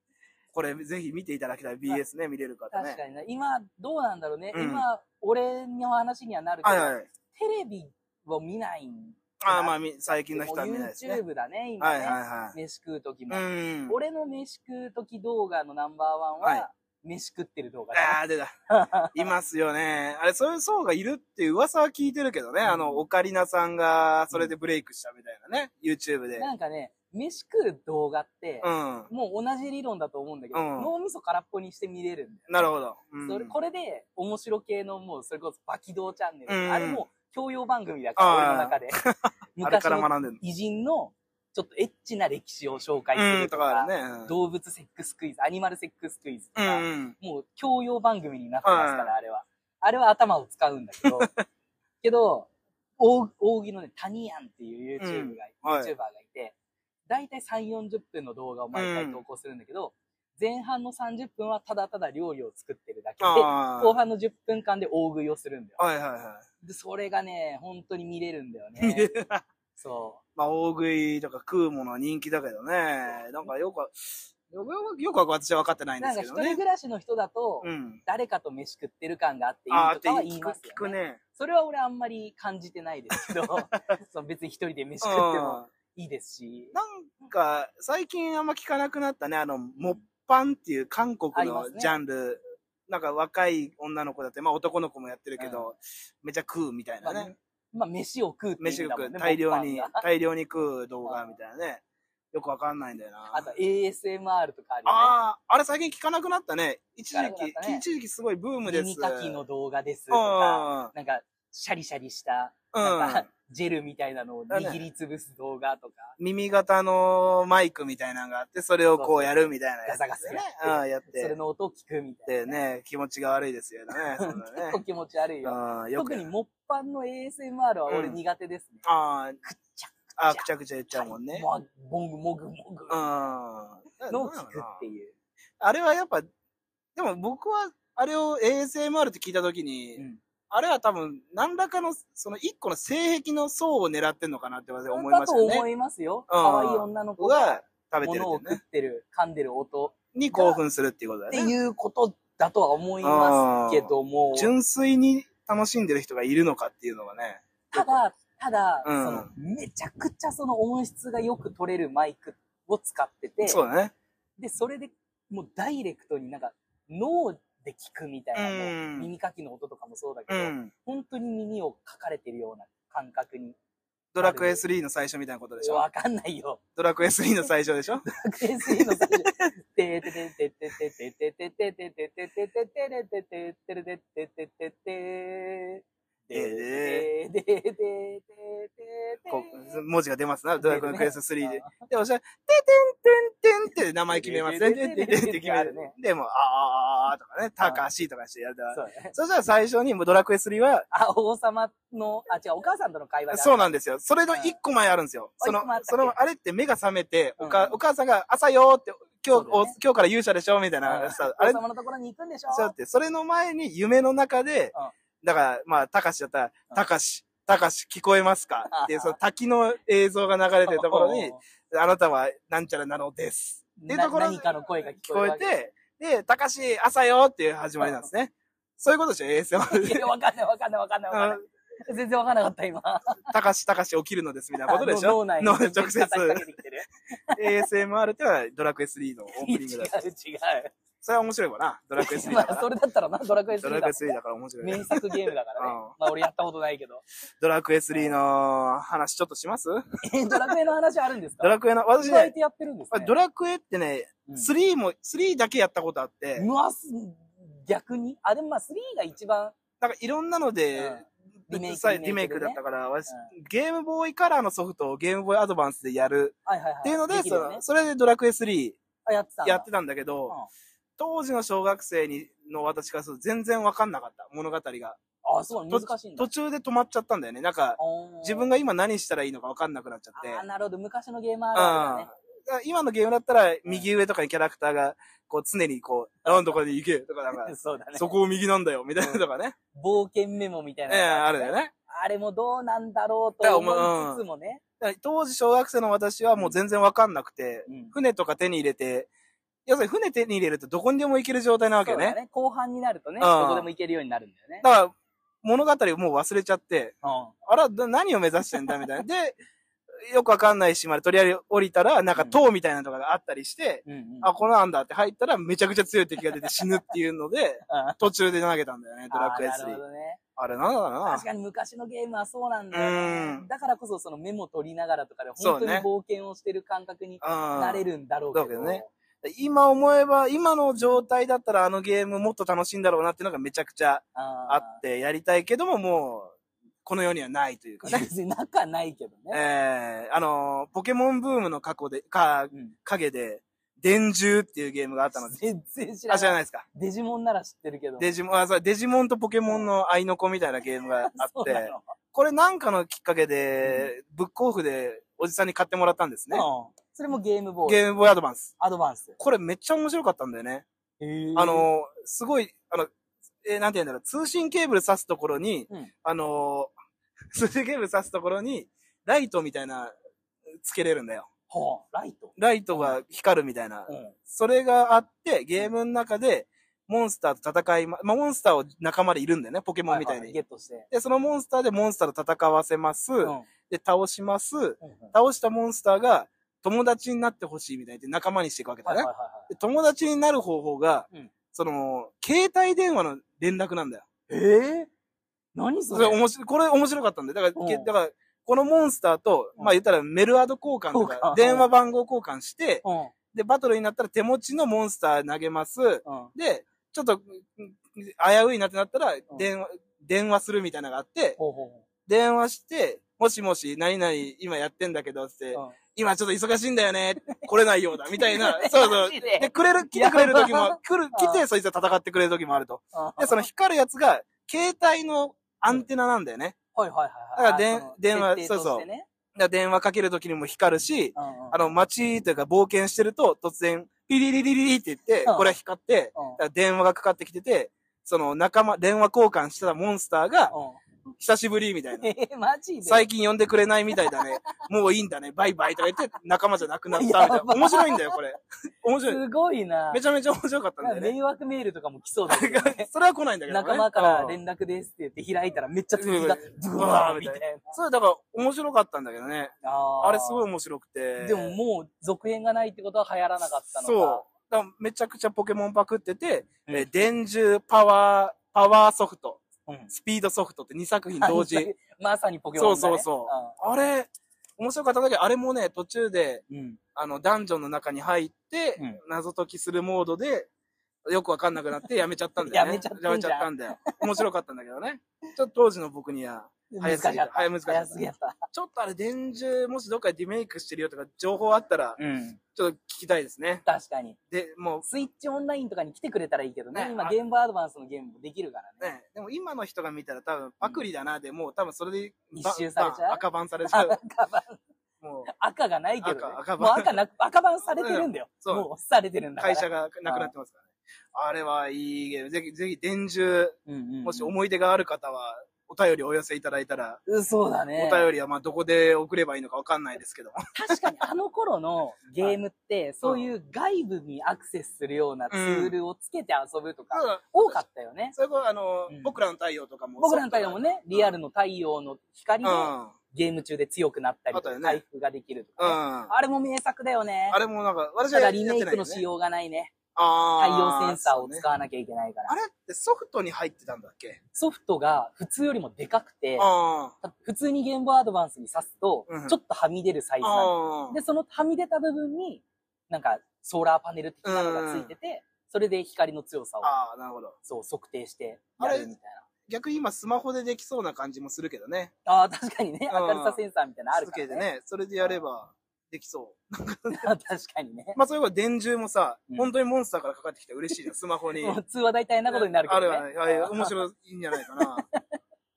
Speaker 1: これ、ぜひ見ていただきたい。BS ね、見れる方
Speaker 2: 確
Speaker 1: ね。
Speaker 2: かにな。今、どうなんだろうね。
Speaker 1: うん
Speaker 2: 今、俺の話にはなるけ
Speaker 1: はい
Speaker 2: ど、
Speaker 1: はい。
Speaker 2: テレビを見ないん
Speaker 1: ああ、まあ、み最近の
Speaker 2: もう
Speaker 1: 人は見ないですね。
Speaker 2: YouTube だね、
Speaker 1: は
Speaker 2: 今
Speaker 1: いはい
Speaker 2: ね。
Speaker 1: は
Speaker 2: 飯食う時
Speaker 1: い。
Speaker 2: も
Speaker 1: う。ん。
Speaker 2: 俺の飯食う時動画のナンバーワン
Speaker 1: はい
Speaker 2: は、飯食ってる動画だね。
Speaker 1: ああ、出た。 いますよね。あれ、そういう層がいるっていう噂は聞いてるけどね。
Speaker 2: うん
Speaker 1: あの、オカリナさんが、それでブレイクしたみたいなね。YouTube で。
Speaker 2: なんかね、飯食う動画って
Speaker 1: う、ん。
Speaker 2: もう同じ理論だと思うんだけど、
Speaker 1: うん
Speaker 2: 脳みそ空っぽにして見れるんだよ。
Speaker 1: なるほど。うん
Speaker 2: それこれで、面白系のもう、それこそ、バキドーチャンネル。
Speaker 1: うん
Speaker 2: あれも、教養番組だから、
Speaker 1: あー
Speaker 2: 俺の 中で。
Speaker 1: あれ
Speaker 2: 昔
Speaker 1: から
Speaker 2: の
Speaker 1: 学んでる
Speaker 2: 偉人の、ちょっとエッチな歴史を紹介
Speaker 1: の。
Speaker 2: す
Speaker 1: うん、
Speaker 2: る
Speaker 1: と
Speaker 2: と
Speaker 1: か
Speaker 2: か、
Speaker 1: あるね。
Speaker 2: 動物セックスクイズ、アニマルセックスクイズと
Speaker 1: う
Speaker 2: か、
Speaker 1: んうん。
Speaker 2: もう教養番組になってますか
Speaker 1: うん
Speaker 2: ら、あれは。あれは頭を使うんだ けど、けど、大大喜のね、タニヤンっていう YouTube が、
Speaker 1: うんはい
Speaker 2: YouTuber がいて、だいたい3、40分の動画を毎回投稿するんだけど、前半の30分はただただ料理を作ってるだけで、
Speaker 1: あ
Speaker 2: 後半の10分間で大食いをするんだよ
Speaker 1: あ。。はいはいは
Speaker 2: で、それがね、本当に見れるんだよ
Speaker 1: い。見
Speaker 2: ね。
Speaker 1: れる
Speaker 2: そ
Speaker 1: まあ、大食いとか食うものは人気だけどね。なんかよく、よくよく私は分かってないんで
Speaker 2: なんか
Speaker 1: すけ
Speaker 2: 一
Speaker 1: ど
Speaker 2: 人
Speaker 1: ね
Speaker 2: 暮。らしの人だと、
Speaker 1: うん。
Speaker 2: 誰かと飯食ってる感があっていい
Speaker 1: ああーっ
Speaker 2: と
Speaker 1: て
Speaker 2: かは
Speaker 1: 聞
Speaker 2: 言い
Speaker 1: く
Speaker 2: ます
Speaker 1: 聞
Speaker 2: よ
Speaker 1: く
Speaker 2: ね。
Speaker 1: ね。
Speaker 2: それは俺あんまり感じてないですけ ど、その別に一人で飯食っても
Speaker 1: う
Speaker 2: いいですし
Speaker 1: ん。なんか、最近あんま聞かなくなったね。あの、モッパンっていう韓
Speaker 2: あ
Speaker 1: 国
Speaker 2: りま
Speaker 1: の
Speaker 2: すね
Speaker 1: ジャンル。なんか若い女の子だって、まあ男の子もやってるけど、めちゃ食うみたいな
Speaker 2: まあ
Speaker 1: ね。
Speaker 2: まあ飯を食うっていう意
Speaker 1: 飯
Speaker 2: 味
Speaker 1: 食
Speaker 2: だも
Speaker 1: うん
Speaker 2: ね。
Speaker 1: 大量に
Speaker 2: モッパンが、
Speaker 1: 大量に食う動画みたいなね。よくわかんないんだよな。
Speaker 2: あと ASMR とかあ
Speaker 1: ああ、あれ最近聞かなくなったね。一時
Speaker 2: 聞かなくなった
Speaker 1: 期、
Speaker 2: ね
Speaker 1: 一時期すごいブーム
Speaker 2: る
Speaker 1: で
Speaker 2: よね。
Speaker 1: す。
Speaker 2: 耳かきの動画ですとか、
Speaker 1: う
Speaker 2: なんかシャリシャリした、
Speaker 1: ん。
Speaker 2: なん
Speaker 1: う
Speaker 2: か
Speaker 1: ん。
Speaker 2: ジェルみたいなのを握りつぶす動画とか、
Speaker 1: 耳型のマイクみたいなのがあって、それをこうやるみたいなやつ
Speaker 2: ガサガサや
Speaker 1: ね
Speaker 2: っ。て
Speaker 1: うん、やっ
Speaker 2: それ
Speaker 1: て。
Speaker 2: の音を聞くみたい
Speaker 1: でね、気持ちが悪いです よね。そんな
Speaker 2: な。
Speaker 1: ね
Speaker 2: 結構気持ち悪いよ。
Speaker 1: うん、よく
Speaker 2: 特に。モッパンの ASMR は俺苦手ですね。
Speaker 1: あ
Speaker 2: くっちゃくち
Speaker 1: あ、あくちゃくちゃ言っちゃうもんね。
Speaker 2: まあ、もぐもぐもぐ
Speaker 1: うん。の
Speaker 2: のを聞くっていう。
Speaker 1: あれはやっぱ、でも僕は、あれを ASMR って聞いたときに、
Speaker 2: うん
Speaker 1: あれは多分、何らかの、その一個の性癖の層を狙ってんのかなって私は思い
Speaker 2: だ
Speaker 1: ま
Speaker 2: と
Speaker 1: すよね。
Speaker 2: 思いますよ。
Speaker 1: うん
Speaker 2: 可愛い女の子が
Speaker 1: が食べてる
Speaker 2: 物を
Speaker 1: んだ
Speaker 2: 食っ
Speaker 1: よね。
Speaker 2: てる、噛んでる音
Speaker 1: に興奮するっていうことだ
Speaker 2: って
Speaker 1: よね。
Speaker 2: いうことだとは思いますけども、
Speaker 1: 純粋に楽しんでる人がいるのかっていうのがね。
Speaker 2: ただ、ただ、
Speaker 1: うん
Speaker 2: その、めちゃくちゃその音質がよく取れるマイクを使ってて、
Speaker 1: そうだね。
Speaker 2: で、それでもうダイレクトになんか脳で聞くみたいな、
Speaker 1: うん
Speaker 2: もう耳かきの音とかもそうだけ
Speaker 1: う
Speaker 2: ど、
Speaker 1: ん。
Speaker 2: 本当に耳をかかれてるような感覚に。
Speaker 1: ドラクエ3の最初みたいなことでしょ
Speaker 2: わかんないよ。
Speaker 1: ドラクエ3の最初でしょ
Speaker 2: SE の最初てててててててててててててててててててててててでででで
Speaker 1: こう文字が出ますな。ドラクエス3で。で、おしゃ、ててんてんてんって名前決めますね。てんてんてんって決めるね。で、もう、あーとかね、たかしとかしてやる。
Speaker 2: そうね。
Speaker 1: そしたら最初にもうドラクエ3は、
Speaker 2: あ、王様の、あ、違う、お母さんとの会話
Speaker 1: そう
Speaker 2: な
Speaker 1: なんですよ。それの一個前あるんですよ。
Speaker 2: あ
Speaker 1: その
Speaker 2: 一個前あっ、た
Speaker 1: そ
Speaker 2: っけ
Speaker 1: の、あれって目が覚めて、おか
Speaker 2: うん
Speaker 1: お母さんが、朝よーって、今
Speaker 2: そ
Speaker 1: 日、
Speaker 2: う
Speaker 1: お
Speaker 2: だね
Speaker 1: 今日から勇者でしょみたいなさ、あれ、
Speaker 2: 王
Speaker 1: そう
Speaker 2: 様のところに行くんでしょ
Speaker 1: やって、それの前に夢の中で
Speaker 2: うん、
Speaker 1: だから、まあ、たかしだったら
Speaker 2: う、ん
Speaker 1: たかし、たかし聞こえますかっていう、
Speaker 2: あは
Speaker 1: その滝の映像が流れてるところ に、
Speaker 2: っ
Speaker 1: あなたはなんちゃらなのです。
Speaker 2: ていうところ何かの声が聞
Speaker 1: 聞こ
Speaker 2: こえ
Speaker 1: えて、で、たかし、朝よーっていう始まりなんですね。そういうことでしょ、衛星まで。
Speaker 2: て。わかんないわかんないわかんないわかんない。全然わかんなかった今。
Speaker 1: たかし、たかし起きるのです、みたいなことでしょ
Speaker 2: 脳内に
Speaker 1: 脳で直接。
Speaker 2: かけてきてる。
Speaker 1: ASMR ってのはドラクエ3のオ ー
Speaker 2: 違う
Speaker 1: プニングだし。
Speaker 2: 違う。
Speaker 1: それは面白いわな。ドラクエ 3
Speaker 2: ま
Speaker 1: だ
Speaker 2: あ
Speaker 1: か、ら。
Speaker 2: それだったらな、ドラクエ3
Speaker 1: ド
Speaker 2: だ
Speaker 1: ラ
Speaker 2: もん
Speaker 1: クエ3だから面白いね。
Speaker 2: 名作ゲームだからね
Speaker 1: うん。
Speaker 2: まあ、俺やったことないけど。
Speaker 1: ドラクエ3の話ちょっとします
Speaker 2: え、ドラクエの話あるんですか
Speaker 1: ドラクエの、私
Speaker 2: 意外
Speaker 1: ね、
Speaker 2: とやってるんですね。
Speaker 1: ドラクエってね、3も、3だけやったことあっ
Speaker 2: う
Speaker 1: て、
Speaker 2: んうわ、す逆にあ、でもまあ、3が一番、
Speaker 1: なんかいろんなので、
Speaker 2: うんリメイク
Speaker 1: さ
Speaker 2: リメイクでね
Speaker 1: リメイクだったから、私、ゲームボーイカラーのソフトをゲームボーイアドバンスでやる
Speaker 2: はいはいはい。
Speaker 1: っていうので、
Speaker 2: き
Speaker 1: そ
Speaker 2: るよね
Speaker 1: のそれでドラクエ3
Speaker 2: あやってたんだ。
Speaker 1: やってたんだけど、
Speaker 2: うん
Speaker 1: 当時の小学生にの私からすると全然わかんなかった、物語が。
Speaker 2: あ、そう、難しいんだ
Speaker 1: 途。中で止まっちゃったんだよね。なんか、自分
Speaker 2: が
Speaker 1: が今何したらいいのか分かんなくなっちゃって。
Speaker 2: あーなるほど、昔のゲーマー
Speaker 1: うん。
Speaker 2: あるんだね。、
Speaker 1: だから今のゲームだったら、右上とかにキャラクターが、こう常にこう、なんとかで行けとか、なんか
Speaker 2: そうだね。
Speaker 1: そこを右なんだよ、みたいなとかね。
Speaker 2: 冒険メモみたい
Speaker 1: え
Speaker 2: な
Speaker 1: え
Speaker 2: のが
Speaker 1: あるんだよね。
Speaker 2: あれもどうなんだろう
Speaker 1: だから
Speaker 2: と
Speaker 1: お前
Speaker 2: 思いつつもね。
Speaker 1: だから当時小学生の私はもう全然分かんなくて、
Speaker 2: うん
Speaker 1: 船とか手に入れて、要するに船手に入れるとどこにでも行ける状態なわけ
Speaker 2: そ
Speaker 1: よ
Speaker 2: う
Speaker 1: ね。
Speaker 2: だね。後半になるとね、
Speaker 1: うん
Speaker 2: どこでも行けるようになるんだよね。
Speaker 1: だから、物語をもう忘れちゃって、
Speaker 2: うん
Speaker 1: あら、だ何を目指してんだみたいな。で、よくわかんない島でとりあえず降りたら、なんか塔みたいなのとかがあったりして、
Speaker 2: うんうん
Speaker 1: あ、このなんだって入ったらめちゃくちゃ強い敵が出て 死ぬっていうので、
Speaker 2: うん
Speaker 1: 途中で投げたんだよね、ドラクエ3。
Speaker 2: あーなるほどね。
Speaker 1: あれなんだろうな
Speaker 2: 確。かに昔のゲームはそうなんだよね
Speaker 1: う。ん
Speaker 2: だからこそそのメモ取りながらとかで
Speaker 1: そ
Speaker 2: 本
Speaker 1: う
Speaker 2: 当に
Speaker 1: ね
Speaker 2: 冒険をしてる感覚に
Speaker 1: うん
Speaker 2: なれるんだろうけど。
Speaker 1: だけどね今思えば、今の状態だったらあのゲームもっと楽しいんだろうなっていうのがめちゃくちゃあ
Speaker 2: あ
Speaker 1: っ、
Speaker 2: って
Speaker 1: やりたいけども、もう、この世にはないというか
Speaker 2: て。
Speaker 1: ね。
Speaker 2: 別に仲ないけどね。
Speaker 1: えー、あのー、ポケモンブームの過去で、か、
Speaker 2: うん
Speaker 1: 影で、電獣っていうゲームがあったので、
Speaker 2: 全然知ら
Speaker 1: あ、知ら
Speaker 2: ない。
Speaker 1: ないですか
Speaker 2: デジモンなら知ってるけど。
Speaker 1: デジモン、あ、そう、デジモンとポケモンの合いの子みたいなゲームがあ
Speaker 2: そ
Speaker 1: っ
Speaker 2: うな
Speaker 1: て、
Speaker 2: の
Speaker 1: これなんかのきっかけで、ブックオフでおじさんに買ってもらったんですね。
Speaker 2: うんそれもゲームボーイ。
Speaker 1: ゲームボーイアドバンス。
Speaker 2: アドバンス。
Speaker 1: これめっちゃ面白かったんだよね。あ
Speaker 2: あ、
Speaker 1: の、すごい、あの、えーなんて言うんだろう、通信ケーブル挿すところに、
Speaker 2: うん
Speaker 1: あ の、通信ケーブル挿すところに、ライトみたいな、つけれるんだよ。
Speaker 2: はあ、ライト。
Speaker 1: ライトが光るみたいな
Speaker 2: う。ん。
Speaker 1: それがあって、ゲームの中で、モンスターと戦いま、まあ、モンスターを仲間でいるんだよね、ポケモンみたい
Speaker 2: はは
Speaker 1: に。
Speaker 2: ゲットして。
Speaker 1: で、そのモンスターでモンスターと戦わせます。
Speaker 2: うん。うん
Speaker 1: で、倒します。
Speaker 2: うん
Speaker 1: 倒したモンスターが友達になってほしいみたいに言って仲間にしていくわけだ
Speaker 2: はいはい
Speaker 1: ね
Speaker 2: は。
Speaker 1: で 友達になる方法が、
Speaker 2: うん
Speaker 1: その、携帯電話の連絡なんだよ。
Speaker 2: いはい。ええ何そ
Speaker 1: そ
Speaker 2: れ
Speaker 1: れ面白い、これ面白かったんだよ。だから、け
Speaker 2: うん
Speaker 1: だから、このモンスターと、
Speaker 2: うん
Speaker 1: まあ言ったらメルアド交換と
Speaker 2: 交換う
Speaker 1: か
Speaker 2: ん、
Speaker 1: 電話番号交換して、
Speaker 2: うん。うん。
Speaker 1: で、バトルになったら手持ちのモンスター投げます。で、ちょっと、うん危ういなってなったら、電話、電話するみたいなのがあって、
Speaker 2: ほうほうほ
Speaker 1: 電話して、もしもし、何々今やってんだけどっ
Speaker 2: う。
Speaker 1: て
Speaker 2: う、ん。
Speaker 1: 今ちょっと忙しいんだよね、来れないようだ、みたいな そうそ
Speaker 2: マ
Speaker 1: う
Speaker 2: ジ。で
Speaker 1: で、くれる、来てくれる時
Speaker 2: やば
Speaker 1: も、来る、来てそいつは戦ってくれる時もあると。
Speaker 2: うん
Speaker 1: で、その光るやつが、携帯のアンテナなんだよね。
Speaker 2: はいはいはい
Speaker 1: だ
Speaker 2: はい。
Speaker 1: からでん
Speaker 2: あの
Speaker 1: 電話
Speaker 2: 設定と
Speaker 1: そうそう
Speaker 2: してね
Speaker 1: だから電話かけるときにも光るし、
Speaker 2: うんうん
Speaker 1: あの、街というか冒険してると、突然、ピリリリリリって言って
Speaker 2: うん、
Speaker 1: これは光って、
Speaker 2: うん
Speaker 1: だから電話がかかってきてて、その仲間、電話交換してたモンスターが、
Speaker 2: うん
Speaker 1: 久しぶりみたいな。
Speaker 2: えー、マジで
Speaker 1: 最近呼んでくれないみたいだ ね。もういいんだね。バイバイとか言って、仲間じゃなくなったみたい
Speaker 2: や
Speaker 1: な。
Speaker 2: ば
Speaker 1: 面白いんだよ、これ。面白い。
Speaker 2: すごいな。
Speaker 1: めちゃめちゃ面白かったんだよね。。
Speaker 2: 迷惑メールとかも来そうだけどね
Speaker 1: それは来ないんだけどね。
Speaker 2: 仲間から
Speaker 1: うん
Speaker 2: 連絡ですって言って開いたらめっちゃ次がブワーみたい
Speaker 1: それだから面白かったんだけどね。
Speaker 2: な。あー
Speaker 1: あれすごい面白くて。
Speaker 2: でももう続編がないってことは流行らなかったのか。
Speaker 1: そう。だからめちゃくちゃポケモンパクってて、
Speaker 2: うん
Speaker 1: えー電柱、パワー、パワーソフト、
Speaker 2: うん。
Speaker 1: スピードソフトって2作品同時。。
Speaker 2: まさにポケモンだ、ね。
Speaker 1: そうそうそあれ、面白かったんだけど、あれもね、途中で、
Speaker 2: うん。うん。
Speaker 1: あの、ダンジョンの中に入って、
Speaker 2: うん
Speaker 1: 謎解きするモードで、よくわかんなくなってやめちゃったんだよね。
Speaker 2: やめちゃったんじゃん
Speaker 1: やめちゃったんだよ。面白かったんだけどね。ちょっと当時の僕には、
Speaker 2: 難
Speaker 1: 早
Speaker 2: し
Speaker 1: す
Speaker 2: かっ
Speaker 1: ぎた
Speaker 2: た。
Speaker 1: はい難しかった
Speaker 2: 早すぎやった。
Speaker 1: ちょっとあれ、電柱、もしどっかでリメイクしてるよとか、情報あったら、
Speaker 2: うん。
Speaker 1: ちょっと聞きたいですね。
Speaker 2: 確かに。
Speaker 1: で、もう、
Speaker 2: スイッチオンラインとかに来てくれたらいいけどね。
Speaker 1: ね
Speaker 2: 今、
Speaker 1: あ
Speaker 2: ゲームボーイアドバンスのゲームもできるからね。
Speaker 1: ね、でも今の人が見たら多分パクリだなで、もう多分それで
Speaker 2: 一
Speaker 1: ば
Speaker 2: 周されちゃう
Speaker 1: ば赤版されちゃ
Speaker 2: 赤
Speaker 1: う。
Speaker 2: 版、
Speaker 1: もう
Speaker 2: 赤がないけど、ね、
Speaker 1: 赤赤
Speaker 2: もう
Speaker 1: 版
Speaker 2: 赤なく、赤版されてるんだよ。
Speaker 1: そう
Speaker 2: もうされてるんだから。
Speaker 1: 会社がなくなってますからね。あれはいいゲーム。ぜひ、ぜひ、電柱、
Speaker 2: うんうんうん
Speaker 1: もし思い出がある方は、お便りお寄せいただいたら、
Speaker 2: うんそうだね。
Speaker 1: お便りはまあどこで送ればいいのかわかんないで すけど。
Speaker 2: 確かにあの頃のゲーム って、そういう外部にアクセスするようなツールをつけて遊ぶとか、多かったよね。
Speaker 1: それこそ、あの、
Speaker 2: うん
Speaker 1: 僕らの太陽とかも。
Speaker 2: 僕らの太陽も
Speaker 1: ね。
Speaker 2: ね、リアルの太陽の光
Speaker 1: うん。
Speaker 2: で
Speaker 1: うん。
Speaker 2: ゲーム中で強くなったりと
Speaker 1: あった
Speaker 2: か、
Speaker 1: よね
Speaker 2: 回復ができるとかね。
Speaker 1: あ
Speaker 2: あれも名作だよね。
Speaker 1: れもなんか、私
Speaker 2: た
Speaker 1: は
Speaker 2: だ
Speaker 1: やっ
Speaker 2: リ
Speaker 1: てな
Speaker 2: メイ
Speaker 1: いよ、ね。
Speaker 2: クの仕様がないね。太
Speaker 1: あ
Speaker 2: 陽センサーを
Speaker 1: そうね
Speaker 2: 使わなきゃいけないから
Speaker 1: あ。れってソフトに入ってたんだっけ
Speaker 2: ソフトが普通よりもでかくて、
Speaker 1: あ
Speaker 2: 普通にゲームボーイアドバンスに挿すと
Speaker 1: う、ん
Speaker 2: ちょっとはみ出るサイズ
Speaker 1: あ。
Speaker 2: なんだよ
Speaker 1: ああ。
Speaker 2: で、そのはみ出た部分に、なんか、ソーラーパネル的なのがついてて、それで光の強さを、
Speaker 1: ああ、なるほど。
Speaker 2: そう、測定して、やるみたい
Speaker 1: 逆に今スマホでできそうな感じもするけどね。
Speaker 2: な。ああー、確かにね、
Speaker 1: うん
Speaker 2: 明るさセンサーみたいなのあるから
Speaker 1: 続け
Speaker 2: ね。
Speaker 1: てね。それでやればできそう。
Speaker 2: 確かにね。
Speaker 1: まあそういえば電柱もさ、
Speaker 2: うん
Speaker 1: 本当にモンスターからかかってきたら嬉しいじゃん、スマ ホに。
Speaker 2: もう通話大体なことになるけどね。
Speaker 1: あれは、あれ面白いんじゃないか な。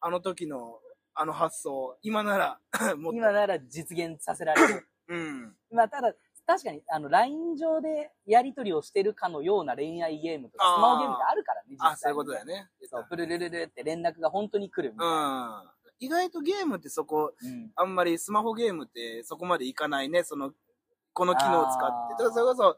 Speaker 1: あの時の、あの発想、今なら、 もっと。
Speaker 2: 今なら実現させられる。
Speaker 1: うん。
Speaker 2: まあ、ただ、確かに、あの、LINE 上でやり取りをしてるかのような恋愛ゲームとか、
Speaker 1: あー
Speaker 2: スマホゲームってあるからね、実際に
Speaker 1: あ、そういうことだよ。ね。
Speaker 2: そう、プルルルルって連絡が本当に来るみた
Speaker 1: う
Speaker 2: いな。
Speaker 1: ん。意外とゲームってそこ、
Speaker 2: うん
Speaker 1: あんまりスマホゲームってそこまでいかないね、その、この機能を使って
Speaker 2: あー。
Speaker 1: だからそれこそ、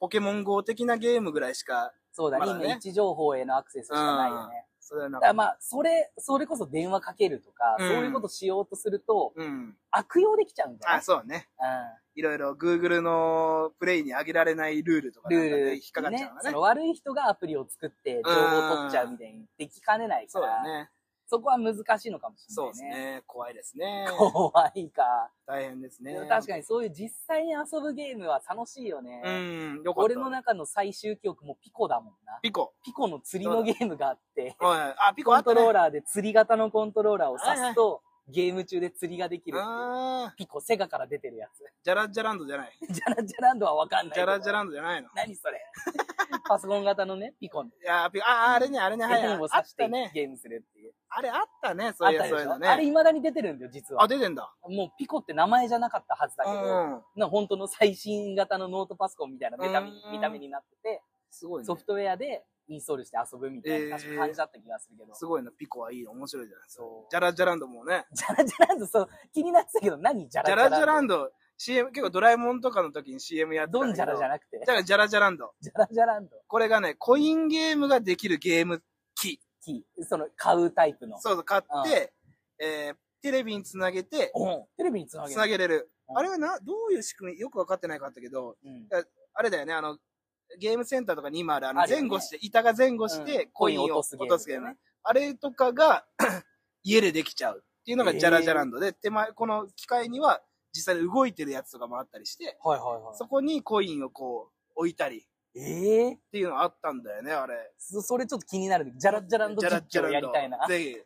Speaker 1: ポケモン GO 的なゲームぐらいしか、
Speaker 2: そうだね、
Speaker 1: まだね
Speaker 2: 今位置情報へのアクセスしかないよね。
Speaker 1: それはな
Speaker 2: だ
Speaker 1: ん
Speaker 2: から
Speaker 1: か、
Speaker 2: まあ、それ、それこそ電話かけるとか、
Speaker 1: うん
Speaker 2: そういうことしようとすると、
Speaker 1: うん。
Speaker 2: 悪用できちゃうんだよ
Speaker 1: あ、
Speaker 2: ね。
Speaker 1: そうね。いろいろ Google のプレイに上げられないルールとか
Speaker 2: う
Speaker 1: なん
Speaker 2: ん。ル
Speaker 1: か
Speaker 2: ール、
Speaker 1: で引っかかっちゃうの
Speaker 2: そ
Speaker 1: ね。
Speaker 2: の悪い人がアプリを作って情報を取っちゃうみたいにできかねないか
Speaker 1: そうだ
Speaker 2: ら、
Speaker 1: ね。
Speaker 2: そこは難しいのかもしれ
Speaker 1: そう
Speaker 2: ない
Speaker 1: です
Speaker 2: ね。
Speaker 1: ね。怖いですね。
Speaker 2: 怖いか。
Speaker 1: 大変ですね
Speaker 2: でも。確かにそういう実際に遊ぶゲームは楽しいよね。
Speaker 1: うん、よかった。
Speaker 2: 俺の中の最終記憶もピコだもんな。
Speaker 1: ピコ。
Speaker 2: ピコの釣りのゲームがあって、
Speaker 1: はい。あ、ピコ
Speaker 2: コ
Speaker 1: あ
Speaker 2: ン
Speaker 1: った
Speaker 2: ト
Speaker 1: ね。
Speaker 2: ローラーで釣り型のコントローラーを挿すと、ゲーム中で釣りができるっていう。
Speaker 1: あー
Speaker 2: ピコ、セガから出てるやつ。
Speaker 1: ジャラジャランドじゃない。
Speaker 2: ジャラジャランドはわかんない
Speaker 1: ジ
Speaker 2: け
Speaker 1: ャ
Speaker 2: ど。
Speaker 1: ラジャランドじゃないの。
Speaker 2: 何それ パソコン型のね、ピコン。
Speaker 1: いやー、ピコ、あー、あれね、あれね、は
Speaker 2: 手
Speaker 1: い。
Speaker 2: にも
Speaker 1: あ
Speaker 2: 刺
Speaker 1: っ
Speaker 2: して
Speaker 1: たね。
Speaker 2: ゲームするっていう。
Speaker 1: あれあったね、そ
Speaker 2: あ
Speaker 1: う
Speaker 2: っ
Speaker 1: い
Speaker 2: たで
Speaker 1: や、そう
Speaker 2: し
Speaker 1: いうの
Speaker 2: ょあれ
Speaker 1: ね。
Speaker 2: 未だに出てるんだよ、実
Speaker 1: あ、
Speaker 2: は。
Speaker 1: 出てんだ。
Speaker 2: もうピコって名前じゃなかったはずだ
Speaker 1: う
Speaker 2: けど、
Speaker 1: ん。
Speaker 2: な本当の最新型のノートパソコンみたいな見た目
Speaker 1: うん
Speaker 2: 見た目になってて、
Speaker 1: すごい
Speaker 2: ソ
Speaker 1: ね
Speaker 2: フ。トウェアでインストールして遊ぶみたいな確か感じだった気がするけど。
Speaker 1: すごいな、ピコはいいの。面白いじゃないですか。
Speaker 2: そう
Speaker 1: ジャラジャランドもね。
Speaker 2: ジャラジャランド、そう、気になってたけど、何ジャラ
Speaker 1: ジ
Speaker 2: ジ
Speaker 1: ャ
Speaker 2: ャランド
Speaker 1: ラジャランド、 CM、結構ドラえもんとかの時に CM やってた
Speaker 2: ドンジャラじゃ
Speaker 1: な
Speaker 2: なくて
Speaker 1: だ、から、ジャラジャランド。
Speaker 2: ジャラジャランド。
Speaker 1: これがね、コインゲームができるゲーム機。
Speaker 2: キー。その、買うタイプの。
Speaker 1: そうそう、買って、えー、テレビにつなげて、
Speaker 2: うんテレビにつなげ
Speaker 1: つな
Speaker 2: る。
Speaker 1: げれる。
Speaker 2: うん
Speaker 1: あれはな、どういう仕組みよくわかってないかったけど、
Speaker 2: うん
Speaker 1: あれだよね、あの、ゲームセンターとかに今ある、あ
Speaker 2: あ
Speaker 1: の、
Speaker 2: るよね
Speaker 1: 前後して、板が前後して、
Speaker 2: うん
Speaker 1: コインを
Speaker 2: コインを
Speaker 1: 落
Speaker 2: 落とすゲーム
Speaker 1: とすゲームね。あれとかが、 家でできちゃうっていうのがジャラジャランドで、手前、この機械には実際に動いてるやつとかもあったりして、
Speaker 2: はいはいはい。
Speaker 1: そこにコインをこう、置いたりっ
Speaker 2: ええ
Speaker 1: ていうのあったんだよね、あれ。
Speaker 2: そそれちょっと気になる。ジャラッジャランド
Speaker 1: ジャラジ
Speaker 2: 実
Speaker 1: ャラ
Speaker 2: 況
Speaker 1: ンド
Speaker 2: やりたいな。
Speaker 1: ぜひ、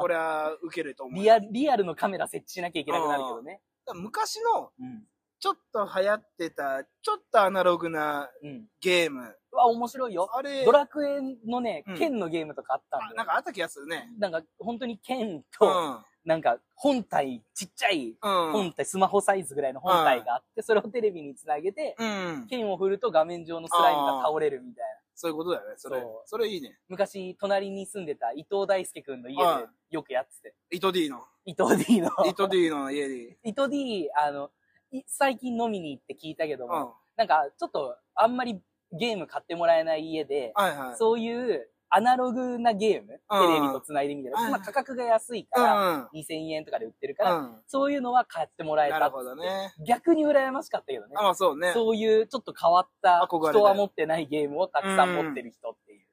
Speaker 1: これは受けると思う。
Speaker 2: リアル、リアルのカメラ設置しなきゃいけなくなるけどね。
Speaker 1: 昔の、
Speaker 2: うん。
Speaker 1: ちょっと流行ってた、ちょっとアナログな
Speaker 2: うん。
Speaker 1: ゲーム。
Speaker 2: うわ、面白いよ。
Speaker 1: あれ、
Speaker 2: ドラクエのね
Speaker 1: うん、
Speaker 2: 剣のゲームとかあったんだ
Speaker 1: あ
Speaker 2: よ。
Speaker 1: なんかあった気がするね。
Speaker 2: なんか、本当に剣
Speaker 1: う
Speaker 2: と、
Speaker 1: ん。
Speaker 2: なんか、本体、ちっちゃい
Speaker 1: うん。
Speaker 2: 本体、スマホサイズぐらいの本体があって、それをテレビにつなげて、
Speaker 1: うん。
Speaker 2: 剣を振ると画面上のスライムが倒れるみたいな。
Speaker 1: そういうことだよね。それ
Speaker 2: そう。
Speaker 1: それいいね。
Speaker 2: 昔、隣に住んでた伊藤大輔くんの家で
Speaker 1: うん
Speaker 2: よくやってて。
Speaker 1: イトディ の。
Speaker 2: 伊藤 D の。
Speaker 1: イトディの家に。
Speaker 2: 伊藤 D、あの、い最近飲みに行って聞いたけど
Speaker 1: うん。
Speaker 2: も、
Speaker 1: は
Speaker 2: なんか、ちょっと、あんまりゲーム買ってもらえない家で
Speaker 1: い、はい。
Speaker 2: そういうアナログなゲーム、
Speaker 1: うん
Speaker 2: テレビと繋いでみたいな、
Speaker 1: うん
Speaker 2: まあ価格が安いか
Speaker 1: うん。
Speaker 2: ら、
Speaker 1: うん。
Speaker 2: 2000円とかで売ってるから、そういうのは買ってもらえた
Speaker 1: な
Speaker 2: っ
Speaker 1: る
Speaker 2: つって
Speaker 1: ほどね。
Speaker 2: 逆に羨ましかったけどね
Speaker 1: あ、。まあそうね。
Speaker 2: そういうちょっと変わった、
Speaker 1: 憧れだよ
Speaker 2: 人は持ってないゲームをたくさん持ってる人っていう。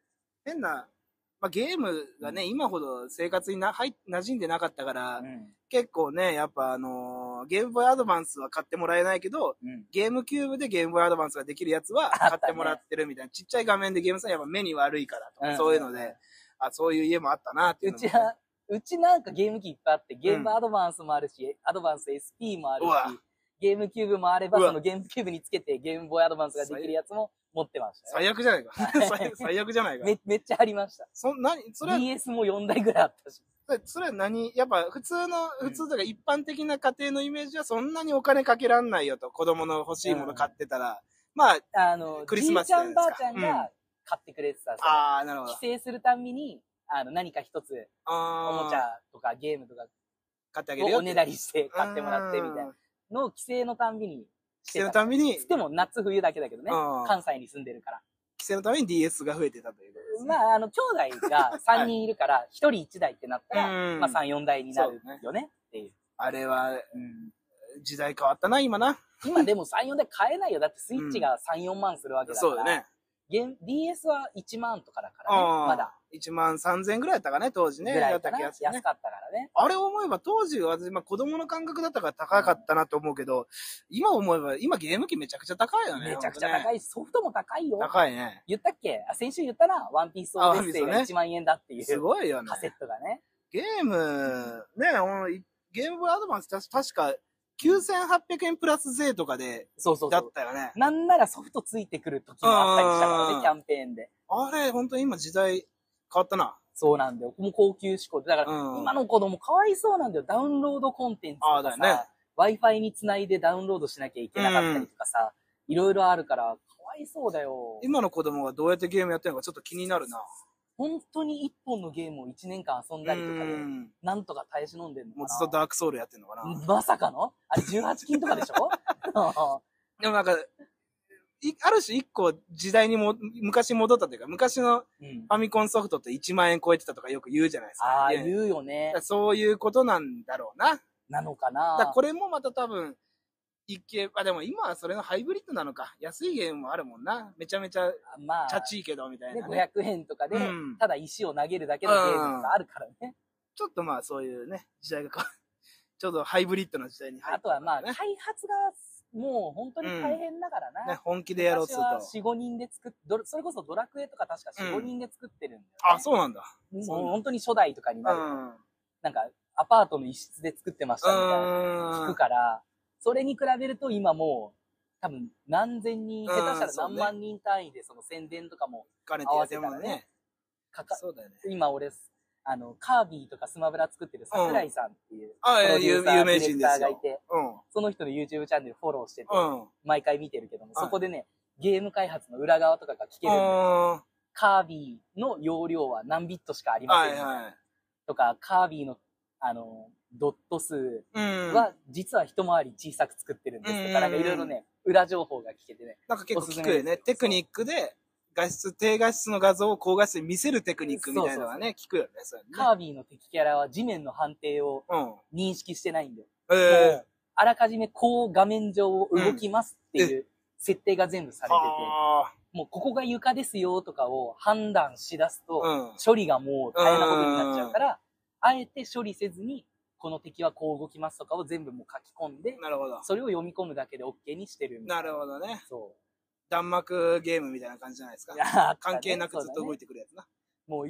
Speaker 1: 変な、まあゲームがね、今ほど生活にな、はい、馴染んでなかったから
Speaker 2: う、ん。
Speaker 1: 結構ね、やっぱあのーゲームボーイアドバンスは買ってもらえないけど、
Speaker 2: うん。
Speaker 1: ゲームキューブでゲームボーイアドバンスができるやつ
Speaker 2: あ
Speaker 1: は
Speaker 2: った
Speaker 1: 買っ
Speaker 2: ね
Speaker 1: てもらってるみたいな。ちっちゃい画面でゲームさんやっぱ目に悪いからとか、
Speaker 2: うん
Speaker 1: そういうので、あ、そういう家もあったなっていう
Speaker 2: う
Speaker 1: の
Speaker 2: ち
Speaker 1: も
Speaker 2: は、うちなんかゲーム機いっぱいあって、ゲームアドバンスもあるし、アドバンス SP もある
Speaker 1: うわ
Speaker 2: し、ゲームキューブもあれば、
Speaker 1: うわ
Speaker 2: そのゲームキューブにつけてゲームボーイアドバンスができるやつも持ってましたよ。
Speaker 1: 最悪じゃな いか。最最悪じゃないか。
Speaker 2: めめっちゃありました。
Speaker 1: そんなに、それは、
Speaker 2: DS も4台ぐらいあったし。
Speaker 1: それは何やっぱ普通の、
Speaker 2: うん
Speaker 1: 普通とか一般的な家庭のイメージはそんなにお金かけらんないよと、子供の欲しいもの買ってたら。まあ、
Speaker 2: あの、
Speaker 1: クリスマス
Speaker 2: じいちゃんばあ
Speaker 1: じ
Speaker 2: ち
Speaker 1: ゃ
Speaker 2: ゃ
Speaker 1: ない
Speaker 2: ん
Speaker 1: ですか
Speaker 2: が買ってくれてた。その
Speaker 1: あー、なるほ ど。
Speaker 2: 帰省するたんびに、あの、何か一つ、お
Speaker 1: あー
Speaker 2: もちゃとかゲームとか
Speaker 1: 買ってあげる
Speaker 2: を
Speaker 1: よ。
Speaker 2: おねだりして買ってもらってみたい
Speaker 1: な
Speaker 2: な。のを帰省のたんびにして
Speaker 1: 帰省の
Speaker 2: た。
Speaker 1: ために、
Speaker 2: でも夏冬だけだけどね
Speaker 1: うん。
Speaker 2: 関西に住んでるから。
Speaker 1: 帰省のために DS が増えてたということですね。
Speaker 2: まあ、あの、兄弟 が3人いるから、1人1台ってなったら、
Speaker 1: うん
Speaker 2: まあ3、4台になるよねっていう。
Speaker 1: あれは、
Speaker 2: うん
Speaker 1: 時代変わったな、今な。
Speaker 2: 今でも3、4台買えないよ。だってスイッチが3、4万するわけだか
Speaker 1: そうだ
Speaker 2: ら。
Speaker 1: ね。
Speaker 2: ゲーム DS は1万とかだからね、
Speaker 1: ああ
Speaker 2: まだ。
Speaker 1: 1万3000円ぐらいだったかね、当時ね。
Speaker 2: ぐら
Speaker 1: だ
Speaker 2: い
Speaker 1: っ
Speaker 2: か
Speaker 1: た
Speaker 2: な、
Speaker 1: 気が
Speaker 2: 安
Speaker 1: す
Speaker 2: か
Speaker 1: る
Speaker 2: った
Speaker 1: ね。
Speaker 2: からね。
Speaker 1: あれ思えば当時、私、まあ子供の感覚だったから高かったなと思うけど、今思えば、今ゲーム機めちゃくちゃ高いよね。
Speaker 2: めちゃくちゃ高
Speaker 1: い。
Speaker 2: いし、ソフトも高いよ。
Speaker 1: 高いね。
Speaker 2: 言ったっけあ先週言ったな、ワンピースオーデッセイ
Speaker 1: あワ
Speaker 2: が
Speaker 1: ンピ
Speaker 2: 1万円だっていう
Speaker 1: すごいよね
Speaker 2: カ。セットがね。
Speaker 1: ゲーム、ね、ほんゲームボーイアドバンス確確か9800円プラス税とかで、
Speaker 2: そうそう
Speaker 1: だ
Speaker 2: そ
Speaker 1: っ
Speaker 2: う。
Speaker 1: たよね。
Speaker 2: なんならソフトついてくる時もあったりしたから
Speaker 1: うん
Speaker 2: ね、キャンペーンで。
Speaker 1: あれ、本当に今時代変わったな。
Speaker 2: そうなんだよ。もう高級志向で。だから、
Speaker 1: うん
Speaker 2: 今の子供かわいそうなんだよ。ダウンロードコンテンツと
Speaker 1: あだ
Speaker 2: か
Speaker 1: よ
Speaker 2: さ、
Speaker 1: ね
Speaker 2: Wi-Fi につないでダウンロードしなきゃいけなかったりとかさ、いろいろあるから、かわいそうだよ。
Speaker 1: 今の子供がどうやってゲームやってるのかちょっと気になるな。
Speaker 2: 本当に一本のゲームを1年間遊んだりとかで
Speaker 1: う、ん
Speaker 2: なんとか耐え忍んでんのかな
Speaker 1: もうずっとダークソウルやってんのかな。
Speaker 2: まさかのあれ18金とかでし ょ
Speaker 1: でもなんか、いある種一個時代にも、昔戻ったというか、昔の
Speaker 2: うん
Speaker 1: ファミコンソフトって1万円超えてたとかよく言うじゃないですか。
Speaker 2: ああ、
Speaker 1: でだ
Speaker 2: 言うよね
Speaker 1: か。らそういうことなんだろうな。だ
Speaker 2: なのか
Speaker 1: から
Speaker 2: な
Speaker 1: これもまた多分、いけ、あ、でも今はそれのハイブリッドなのか。安いゲームもあるもんな。めちゃめちゃ、
Speaker 2: まあ、
Speaker 1: チャチいけど、みたい
Speaker 2: ね、
Speaker 1: な、ね。
Speaker 2: 500円とかで、
Speaker 1: うん
Speaker 2: ただ石を投げるだけのゲームとかあるからね。
Speaker 1: ちょっとまあそういうね、時代が変わ ちょっとハイブリッドな時代に入
Speaker 2: あ
Speaker 1: った
Speaker 2: とは
Speaker 1: からね、
Speaker 2: まあ、開発がもう本当に大変だからな。
Speaker 1: ね、本気でやろうと
Speaker 2: 私
Speaker 1: する
Speaker 2: は4、
Speaker 1: と。
Speaker 2: 5人で作っ、どれそれこそドラクエとか確か4、
Speaker 1: うん
Speaker 2: 5人で作ってるんだよ、ね
Speaker 1: あ、そうなんだ。
Speaker 2: もう
Speaker 1: そう
Speaker 2: 本当に初代とかに
Speaker 1: う
Speaker 2: なる。
Speaker 1: ん。う
Speaker 2: なんか、アパートの一室で作ってましたみたいな聞
Speaker 1: ー
Speaker 2: く
Speaker 1: ん。
Speaker 2: から、それに比べると今もう、多分何千人、下手したら何万人単位でその宣伝とかも
Speaker 1: 金てやっても
Speaker 2: 合わせたら
Speaker 1: ね
Speaker 2: ね。かか、
Speaker 1: そうだよね。
Speaker 2: 今俺、あの、カービィとかスマブラ作ってる桜井さんっていう、
Speaker 1: あ、
Speaker 2: プロ
Speaker 1: え
Speaker 2: デュ
Speaker 1: 有
Speaker 2: ーサー
Speaker 1: 有名
Speaker 2: ディレ
Speaker 1: 人
Speaker 2: ク
Speaker 1: で
Speaker 2: ター
Speaker 1: す
Speaker 2: がい
Speaker 1: よ。
Speaker 2: て、
Speaker 1: うん。
Speaker 2: その人の YouTube チャンネルフォローしてて、
Speaker 1: うん。
Speaker 2: 毎回見てるけども、
Speaker 1: はい
Speaker 2: そこでね、ゲーム開発の裏側とかが聞けるんで、
Speaker 1: あ
Speaker 2: カービィの容量は何ビットしかあり
Speaker 1: ー
Speaker 2: ま
Speaker 1: は
Speaker 2: せん、
Speaker 1: いはい。
Speaker 2: とか、カービィのあの、ドット数
Speaker 1: うん。
Speaker 2: は実は一回り小さく作ってるんですとか、
Speaker 1: うん
Speaker 2: なんかいろいろね、裏情報が聞けてね。
Speaker 1: なんか結構聞く
Speaker 2: おす
Speaker 1: よ
Speaker 2: すめ
Speaker 1: ね。テクニックで、画質、低画質の画像を高画質に見せるテクニックみたいなのはね、聞くよね。そういうのね
Speaker 2: カービィの敵キャラは地面の判定を
Speaker 1: うん。
Speaker 2: 認識してないんで、
Speaker 1: え
Speaker 2: もうあらかじめこう画面上を動きますっていう設定が全部さ
Speaker 1: え
Speaker 2: れてて、もうここが床ですよとかを判断しだすと、
Speaker 1: うん。
Speaker 2: 処理がもう大変なことになっちゃうから、あえて処理せずに、この敵はこう動きますとかを全部もう書き込んで、
Speaker 1: なるほど。
Speaker 2: それを読み込むだけで OK にしてるみたい
Speaker 1: なるほどね。
Speaker 2: そ
Speaker 1: 弾幕ゲームみたいな感じじゃないですか
Speaker 2: う。い。 や
Speaker 1: 関係なくずっと動
Speaker 2: いて、
Speaker 1: いてくるやつ
Speaker 2: そう
Speaker 1: な。
Speaker 2: だねもう、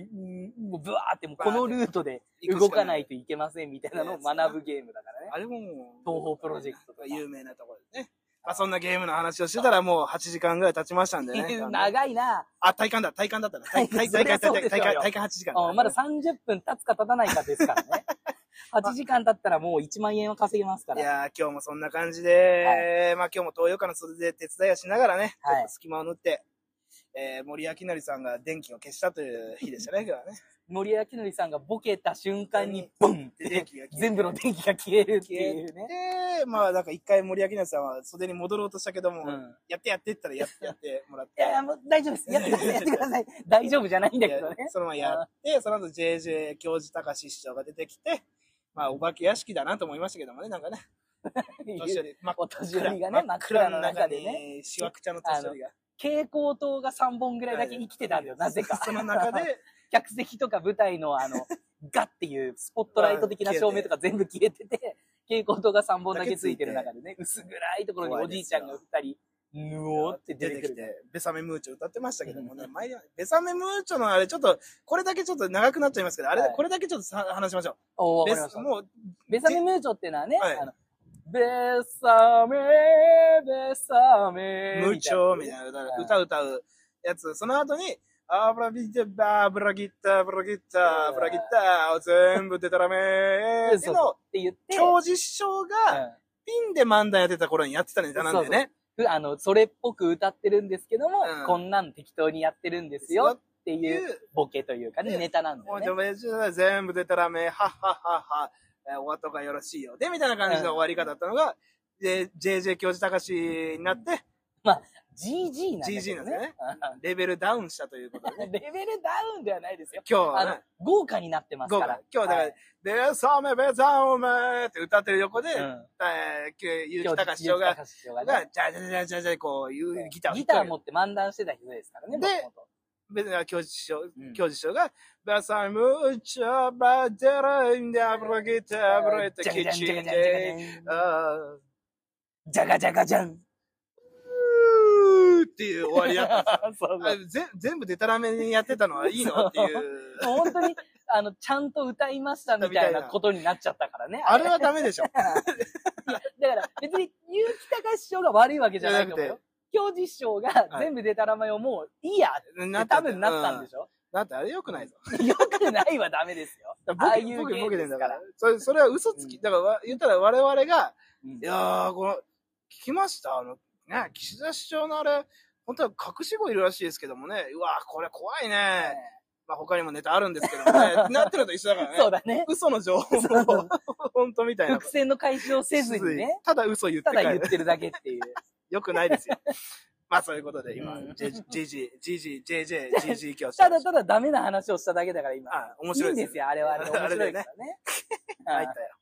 Speaker 2: もうブワーってもうこのルートで
Speaker 1: 行くし
Speaker 2: 動かないといけませんみたいなのを学ぶゲームだからね。
Speaker 1: あれももう、
Speaker 2: 東方プロジェクトとか
Speaker 1: 有名なところですね。まあそんなゲームの話をしてたらもう8時間ぐらい経ちましたんでね。
Speaker 2: 長いな。
Speaker 1: あ、体感だ、体感 だったな。体感、体感、
Speaker 2: そりゃそうで
Speaker 1: 体
Speaker 2: しょ
Speaker 1: 感
Speaker 2: う、よ
Speaker 1: 体感8時間
Speaker 2: あまだ30分経つか経たないかですから ね。8時間経ったらもう1万円は稼げますか
Speaker 1: い
Speaker 2: ら。
Speaker 1: やー、今日もそんな感じで、まあ今日も東洋館の袖で手伝いをしながらね、
Speaker 2: はい
Speaker 1: ちょっと隙間を縫って、えー、森明成さんが電気を消したという日でしたね、今日はね。
Speaker 2: 森脇典さんがボケた瞬間にボンって
Speaker 1: 電気が消え て
Speaker 2: 全部の電気が消えるっていうね。
Speaker 1: で、まあなんか一回森明成さんは袖に戻ろうとしたけども、
Speaker 2: うん。
Speaker 1: やってやってって言ったらやってやってもらっ
Speaker 2: い
Speaker 1: て。
Speaker 2: やいや、もう大丈夫です。や ってください。やってください。大丈夫じゃないんだけどね。
Speaker 1: でそのままやって、その後 JJ 教授高志師匠が出てきて、まあお化け屋敷だなと思いましたけどもね、なんかね、年寄り、真っ
Speaker 2: お年寄りが
Speaker 1: 暗
Speaker 2: ね、真っ暗の中で
Speaker 1: 真っ暗の
Speaker 2: ね、
Speaker 1: 中にしわくちゃの年寄りが。
Speaker 2: 蛍光灯が3本ぐらいだけ生きてたんだよ、なぜか。
Speaker 1: その中 で、
Speaker 2: 客席とか舞台のあ の、ガッっていうスポットライト的な照明とか全部消えてて、蛍光灯が3本だけついてる中でね、薄暗いところにおじいちゃんが2人、ぬおーって出
Speaker 1: 出
Speaker 2: て
Speaker 1: て
Speaker 2: く
Speaker 1: き
Speaker 2: る。
Speaker 1: て、ベサメムーチョ歌ってましたけどもね、前はベサメムーチョのあれ、ちょっと、これだけちょっと長くなっちゃいますけど、あれ、
Speaker 2: はい
Speaker 1: これだけちょっとさ話しましょ
Speaker 2: おー、わ
Speaker 1: う。ベ
Speaker 2: かりまし
Speaker 1: ス
Speaker 2: た。
Speaker 1: もう、
Speaker 2: ベサメムーチョっていうのはね、
Speaker 1: はい
Speaker 2: あの、ベサメ、ベサメ、
Speaker 1: ムーチョみたい
Speaker 2: な。
Speaker 1: な歌,、
Speaker 2: はい
Speaker 1: 歌歌うやつ、その後に、アブラビジャバーブラギッターブラギッターブラギッターを全部デタラメーって
Speaker 2: そ
Speaker 1: いう
Speaker 2: う
Speaker 1: の
Speaker 2: そ
Speaker 1: を
Speaker 2: う。って言って、
Speaker 1: 教授師匠がピンで漫談やってた頃にやってたネタなんでね。
Speaker 2: うんあの、それっぽく歌ってるんですけども、
Speaker 1: うん
Speaker 2: こんなん適当にやってるんですよっていうボケというかね、
Speaker 1: で
Speaker 2: ネタなんだ
Speaker 1: も
Speaker 2: よ
Speaker 1: う
Speaker 2: ね
Speaker 1: ジ。ョベジは全部出たらめ、はっはっはっは、えー、お後がよろしいよ。で、みたいな感じの終わり方だったのが、で JJ 教授高志になって、
Speaker 2: GG なんだけど
Speaker 1: GG なんだよねレベルダウンしたということで
Speaker 2: う
Speaker 1: ね。
Speaker 2: んレベルダウンではないですよ。
Speaker 1: 今
Speaker 2: あ
Speaker 1: 日は
Speaker 2: の
Speaker 1: ね、、
Speaker 2: 豪華になってます
Speaker 1: 豪
Speaker 2: か
Speaker 1: 華
Speaker 2: ら。。
Speaker 1: 今日だから、
Speaker 2: はい
Speaker 1: ベザメベザオメって歌ってる横で、
Speaker 2: うん
Speaker 1: えー、きゅゆう
Speaker 2: 今
Speaker 1: き
Speaker 2: 日
Speaker 1: たかし師匠が、
Speaker 2: 高橋師匠
Speaker 1: が、
Speaker 2: が
Speaker 1: じゃ
Speaker 2: ね
Speaker 1: じゃじゃじゃじゃこう、いうギターを弾
Speaker 2: ギ
Speaker 1: いて
Speaker 2: タ
Speaker 1: る
Speaker 2: ー持って漫談してた人ですからね、
Speaker 1: で
Speaker 2: 元々
Speaker 1: 別に教授師匠
Speaker 2: うん、
Speaker 1: 教授師匠が、バサムチャバデランダブロギタブロエタキッチンで、あー
Speaker 2: じゃがじゃがじゃん。
Speaker 1: うーっていう終わりだ った んですよ。
Speaker 2: そうそ
Speaker 1: あ
Speaker 2: う
Speaker 1: れぜ全部デタラメにやってたのはいいのっていう。
Speaker 2: もう本当に、あの、ちゃんと歌いましたみたいなことになっちゃったからね。
Speaker 1: あれはダメでしょ。
Speaker 2: だから別に、ゆうきたか師匠が悪いわけじゃないと思う
Speaker 1: じゃな
Speaker 2: よ。教授師匠が
Speaker 1: はい
Speaker 2: 全部デタラメをもういいやって
Speaker 1: な
Speaker 2: 多分なったんで
Speaker 1: し
Speaker 2: しょ、
Speaker 1: ょ。だってあれ良くないぞ。
Speaker 2: よくないはダメですよ。ああいう
Speaker 1: 僕、
Speaker 2: 芸
Speaker 1: 僕
Speaker 2: です
Speaker 1: だ
Speaker 2: か
Speaker 1: からら。それ、それは嘘つき。
Speaker 2: うん
Speaker 1: だからわ、言ったら我々が、い
Speaker 2: うん
Speaker 1: やー、この、聞きましたあの、ね、岸田首相のあれ、本当は隠し子いるらしいですけどもね、うわー、これ怖いね。まあ他にもネタあるんですけどもね、なってるのと一緒だからね。
Speaker 2: そうだね。
Speaker 1: 嘘の情報
Speaker 2: そうそう
Speaker 1: を、本当みたいなこ
Speaker 2: 伏
Speaker 1: と。
Speaker 2: 線の回収をせずに ね、
Speaker 1: ただ嘘言って
Speaker 2: た
Speaker 1: 帰
Speaker 2: だ言っ
Speaker 1: る。
Speaker 2: てるだけっていう。
Speaker 1: よくないですよ。まあそういうことで今、
Speaker 2: うん
Speaker 1: JG、JG、JJ、JG 教師。
Speaker 2: ただただダメな話をしただけだから今。
Speaker 1: あ、面白い
Speaker 2: い
Speaker 1: で
Speaker 2: んですす
Speaker 1: よ。
Speaker 2: よ、あれはあれで面
Speaker 1: あれ
Speaker 2: 白
Speaker 1: で
Speaker 2: い か
Speaker 1: ね
Speaker 2: らね。
Speaker 1: 入っ
Speaker 2: はい
Speaker 1: たよ。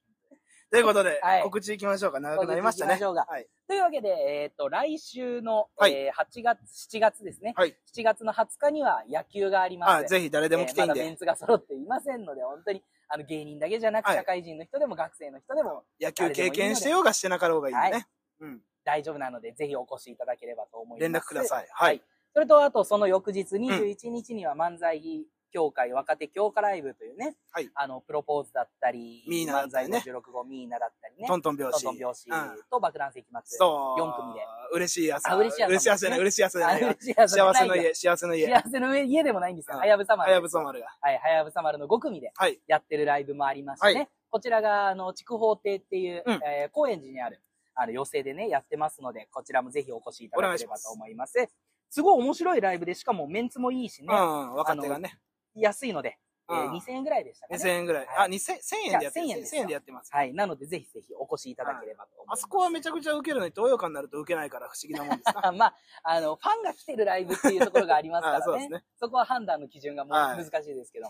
Speaker 1: ということで、
Speaker 2: はい
Speaker 1: 告知行きましょうか。長くなりました
Speaker 2: 告知
Speaker 1: ね。
Speaker 2: 行きましょうか
Speaker 1: はい。
Speaker 2: というわけで、えっ、と、来週の、
Speaker 1: はい
Speaker 2: えー8月、7月ですね。
Speaker 1: はい
Speaker 2: 7月の20日には野球があります。
Speaker 1: あ、ぜひ誰でも来ていい
Speaker 2: え
Speaker 1: ん
Speaker 2: ーまだメ
Speaker 1: で、
Speaker 2: ンツが揃っていませんので、本当に、あの、芸人だけじゃなく、
Speaker 1: はい
Speaker 2: 社会人の人でも学生の人でも
Speaker 1: 野球経験してようがしてなかろうがいいんで
Speaker 2: は
Speaker 1: ね。うん。
Speaker 2: 大丈夫なので、ぜひお越しいただければと思います。
Speaker 1: 連絡くだ
Speaker 2: い。
Speaker 1: さい。はい。
Speaker 2: それと、あと、その翌日21日には漫才協会若手強化ライブというね、
Speaker 1: はい
Speaker 2: あの、プロポーズだったり、
Speaker 1: ミーナだっ
Speaker 2: 漫
Speaker 1: たり
Speaker 2: 才
Speaker 1: ね
Speaker 2: 56号ミーナだったりね、
Speaker 1: トントン拍
Speaker 2: トン
Speaker 1: 子。
Speaker 2: トン拍子
Speaker 1: うん
Speaker 2: と爆弾石松。
Speaker 1: そう。
Speaker 2: 四組で。
Speaker 1: 嬉しい朝。
Speaker 2: あ嬉しい朝
Speaker 1: 嬉しい朝じゃない、嬉しい朝じゃ
Speaker 2: あ
Speaker 1: ないよ
Speaker 2: れ。幸せの
Speaker 1: 幸せの
Speaker 2: 家。
Speaker 1: 家、幸せの家。
Speaker 2: 幸せの家でもないんですよ。
Speaker 1: うん
Speaker 2: はやぶさ
Speaker 1: は
Speaker 2: 丸。
Speaker 1: やぶさ丸が。
Speaker 2: はい、はやぶさ丸の5組で
Speaker 1: はい。
Speaker 2: やってるライブもありましてね。
Speaker 1: は
Speaker 2: こちらが、あの、筑豊亭っていう、
Speaker 1: うん
Speaker 2: えー高円寺にある、あの、寄席でね、やってますので、こちらもぜひお越しいただければと思います。すごい面白いライブで、しかもメンツもいいし
Speaker 1: う
Speaker 2: ね、
Speaker 1: ん、若手がね。
Speaker 2: 安いので、えー
Speaker 1: うん
Speaker 2: 2000円ぐらいでしたかね。
Speaker 1: 2000円ぐらい。あ、
Speaker 2: はい
Speaker 1: 2000、1000円でやってる。
Speaker 2: じゃあ1000円です
Speaker 1: 1000
Speaker 2: よ
Speaker 1: 円でやってます。
Speaker 2: はい。なので、ぜひぜひお越しいただければと思いま
Speaker 1: あ
Speaker 2: す。
Speaker 1: そこはめちゃくちゃ受けるのに、東洋館になると受けないから不思議なも んですな。
Speaker 2: あまあ、あの、ファンが来てるライブっていうところがありますか
Speaker 1: あ
Speaker 2: ら
Speaker 1: そうで
Speaker 2: ね
Speaker 1: す。ね。
Speaker 2: そこは判断の基準がもう
Speaker 1: はい
Speaker 2: 難しいです けど。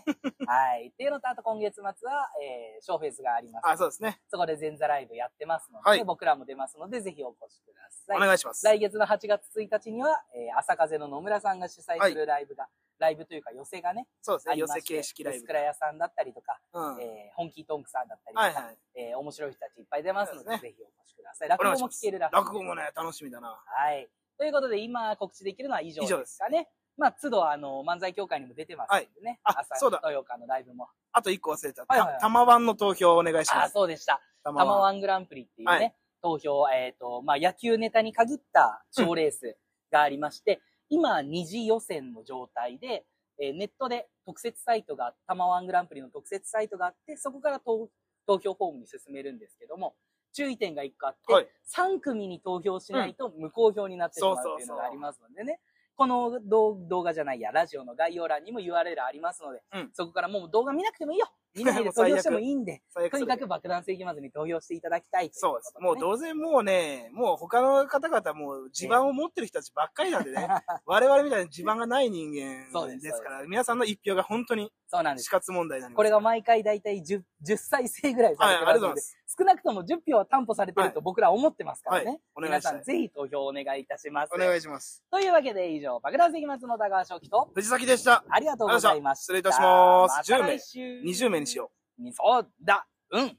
Speaker 2: はい。っていうのと、あと今月末は、えー、ショーフェイスがあります。
Speaker 1: あ、そうですね。
Speaker 2: そこで前座ライブやってますので、
Speaker 1: はい
Speaker 2: 僕らも出ますので、ぜひお越しください。
Speaker 1: お願いします。
Speaker 2: 来月の8月1日には、えー朝風の野村さんが主催するライブが、ライブというか寄せがね、
Speaker 1: そうです
Speaker 2: あ
Speaker 1: ね。
Speaker 2: り
Speaker 1: 寄
Speaker 2: ま
Speaker 1: せ
Speaker 2: して
Speaker 1: 形式ライ
Speaker 2: ス
Speaker 1: ブ
Speaker 2: ク。ラ屋さんだったりとか、
Speaker 1: うん。はい
Speaker 2: えー、本気トンクさんだったりとか、
Speaker 1: はい。
Speaker 2: えー面白い人たちいっぱい出ますので、
Speaker 1: そうです
Speaker 2: ぜひお越しください。落
Speaker 1: お願
Speaker 2: 語
Speaker 1: いし
Speaker 2: も
Speaker 1: ま
Speaker 2: 聞
Speaker 1: す
Speaker 2: けるらしいです
Speaker 1: 落語もね、楽しみだな。
Speaker 2: はい。ということで、今告知できるのは以上
Speaker 1: 以上
Speaker 2: で
Speaker 1: ですす
Speaker 2: かね。まあ、都度、あの、漫才協会にも出てますのでね。
Speaker 1: はいあ
Speaker 2: 朝
Speaker 1: そうだ
Speaker 2: 東洋館のライブも。
Speaker 1: あと一個忘れた。
Speaker 2: はいはいはい
Speaker 1: た、たまわんの投票をお願いし
Speaker 2: あ
Speaker 1: ま
Speaker 2: あ、
Speaker 1: す。
Speaker 2: そうでした。
Speaker 1: た
Speaker 2: タマ
Speaker 1: ん。
Speaker 2: ワングランプリっていうね、
Speaker 1: はい
Speaker 2: 投票、えっ、と、まあ、野球ネタに限った賞レースがありまして、今、二次予選の状態で、えーネットで特設サイトが、タマワングランプリの特設サイトがあって、そこから投投票フォームに進めるんですけども、注意点が一個あって、
Speaker 1: はい
Speaker 2: 3組に投票しないと無効票になってしまう
Speaker 1: そうそう
Speaker 2: っていうのが
Speaker 1: そう
Speaker 2: ありますのでね。この動動画じゃないや、ラジオの概要欄にも URL ありますので、
Speaker 1: うん
Speaker 2: そこからもう動画見なくてもい いよ見ないで投票してもいいんで、
Speaker 1: 最悪
Speaker 2: と
Speaker 1: そ
Speaker 2: に
Speaker 1: れ
Speaker 2: かく爆弾性いきまずに投票していただきたいとい
Speaker 1: そうです。もう
Speaker 2: うこ
Speaker 1: 当然もうね、もう他の方々もう地盤を持ってる人たちばっかりなん でね、我々みたいに地盤がない人
Speaker 2: そう
Speaker 1: 間
Speaker 2: です
Speaker 1: ですから、皆さんの一票が本当に
Speaker 2: とねそうなんで
Speaker 1: 死
Speaker 2: す。
Speaker 1: 活問題になります。
Speaker 2: これが毎回だいたい10 10再生ぐらいさ
Speaker 1: は
Speaker 2: れ
Speaker 1: い、
Speaker 2: て
Speaker 1: あり
Speaker 2: ますの
Speaker 1: がとうござい
Speaker 2: で
Speaker 1: ま、す。
Speaker 2: 少なくとも10票は担保されてると僕ら思ってますから
Speaker 1: は
Speaker 2: ね。
Speaker 1: お願
Speaker 2: 皆
Speaker 1: いした
Speaker 2: さ
Speaker 1: い
Speaker 2: ん。ぜひ投票お願いいたします。
Speaker 1: お願いします。
Speaker 2: というわけで以上、爆弾性いきまずの田川正樹と、
Speaker 1: 藤崎でした。
Speaker 2: ありがとうございました。
Speaker 1: 失礼いたします
Speaker 2: た
Speaker 1: 10名
Speaker 2: 来週
Speaker 1: 20名にしよう。
Speaker 2: う。そうだ、うん。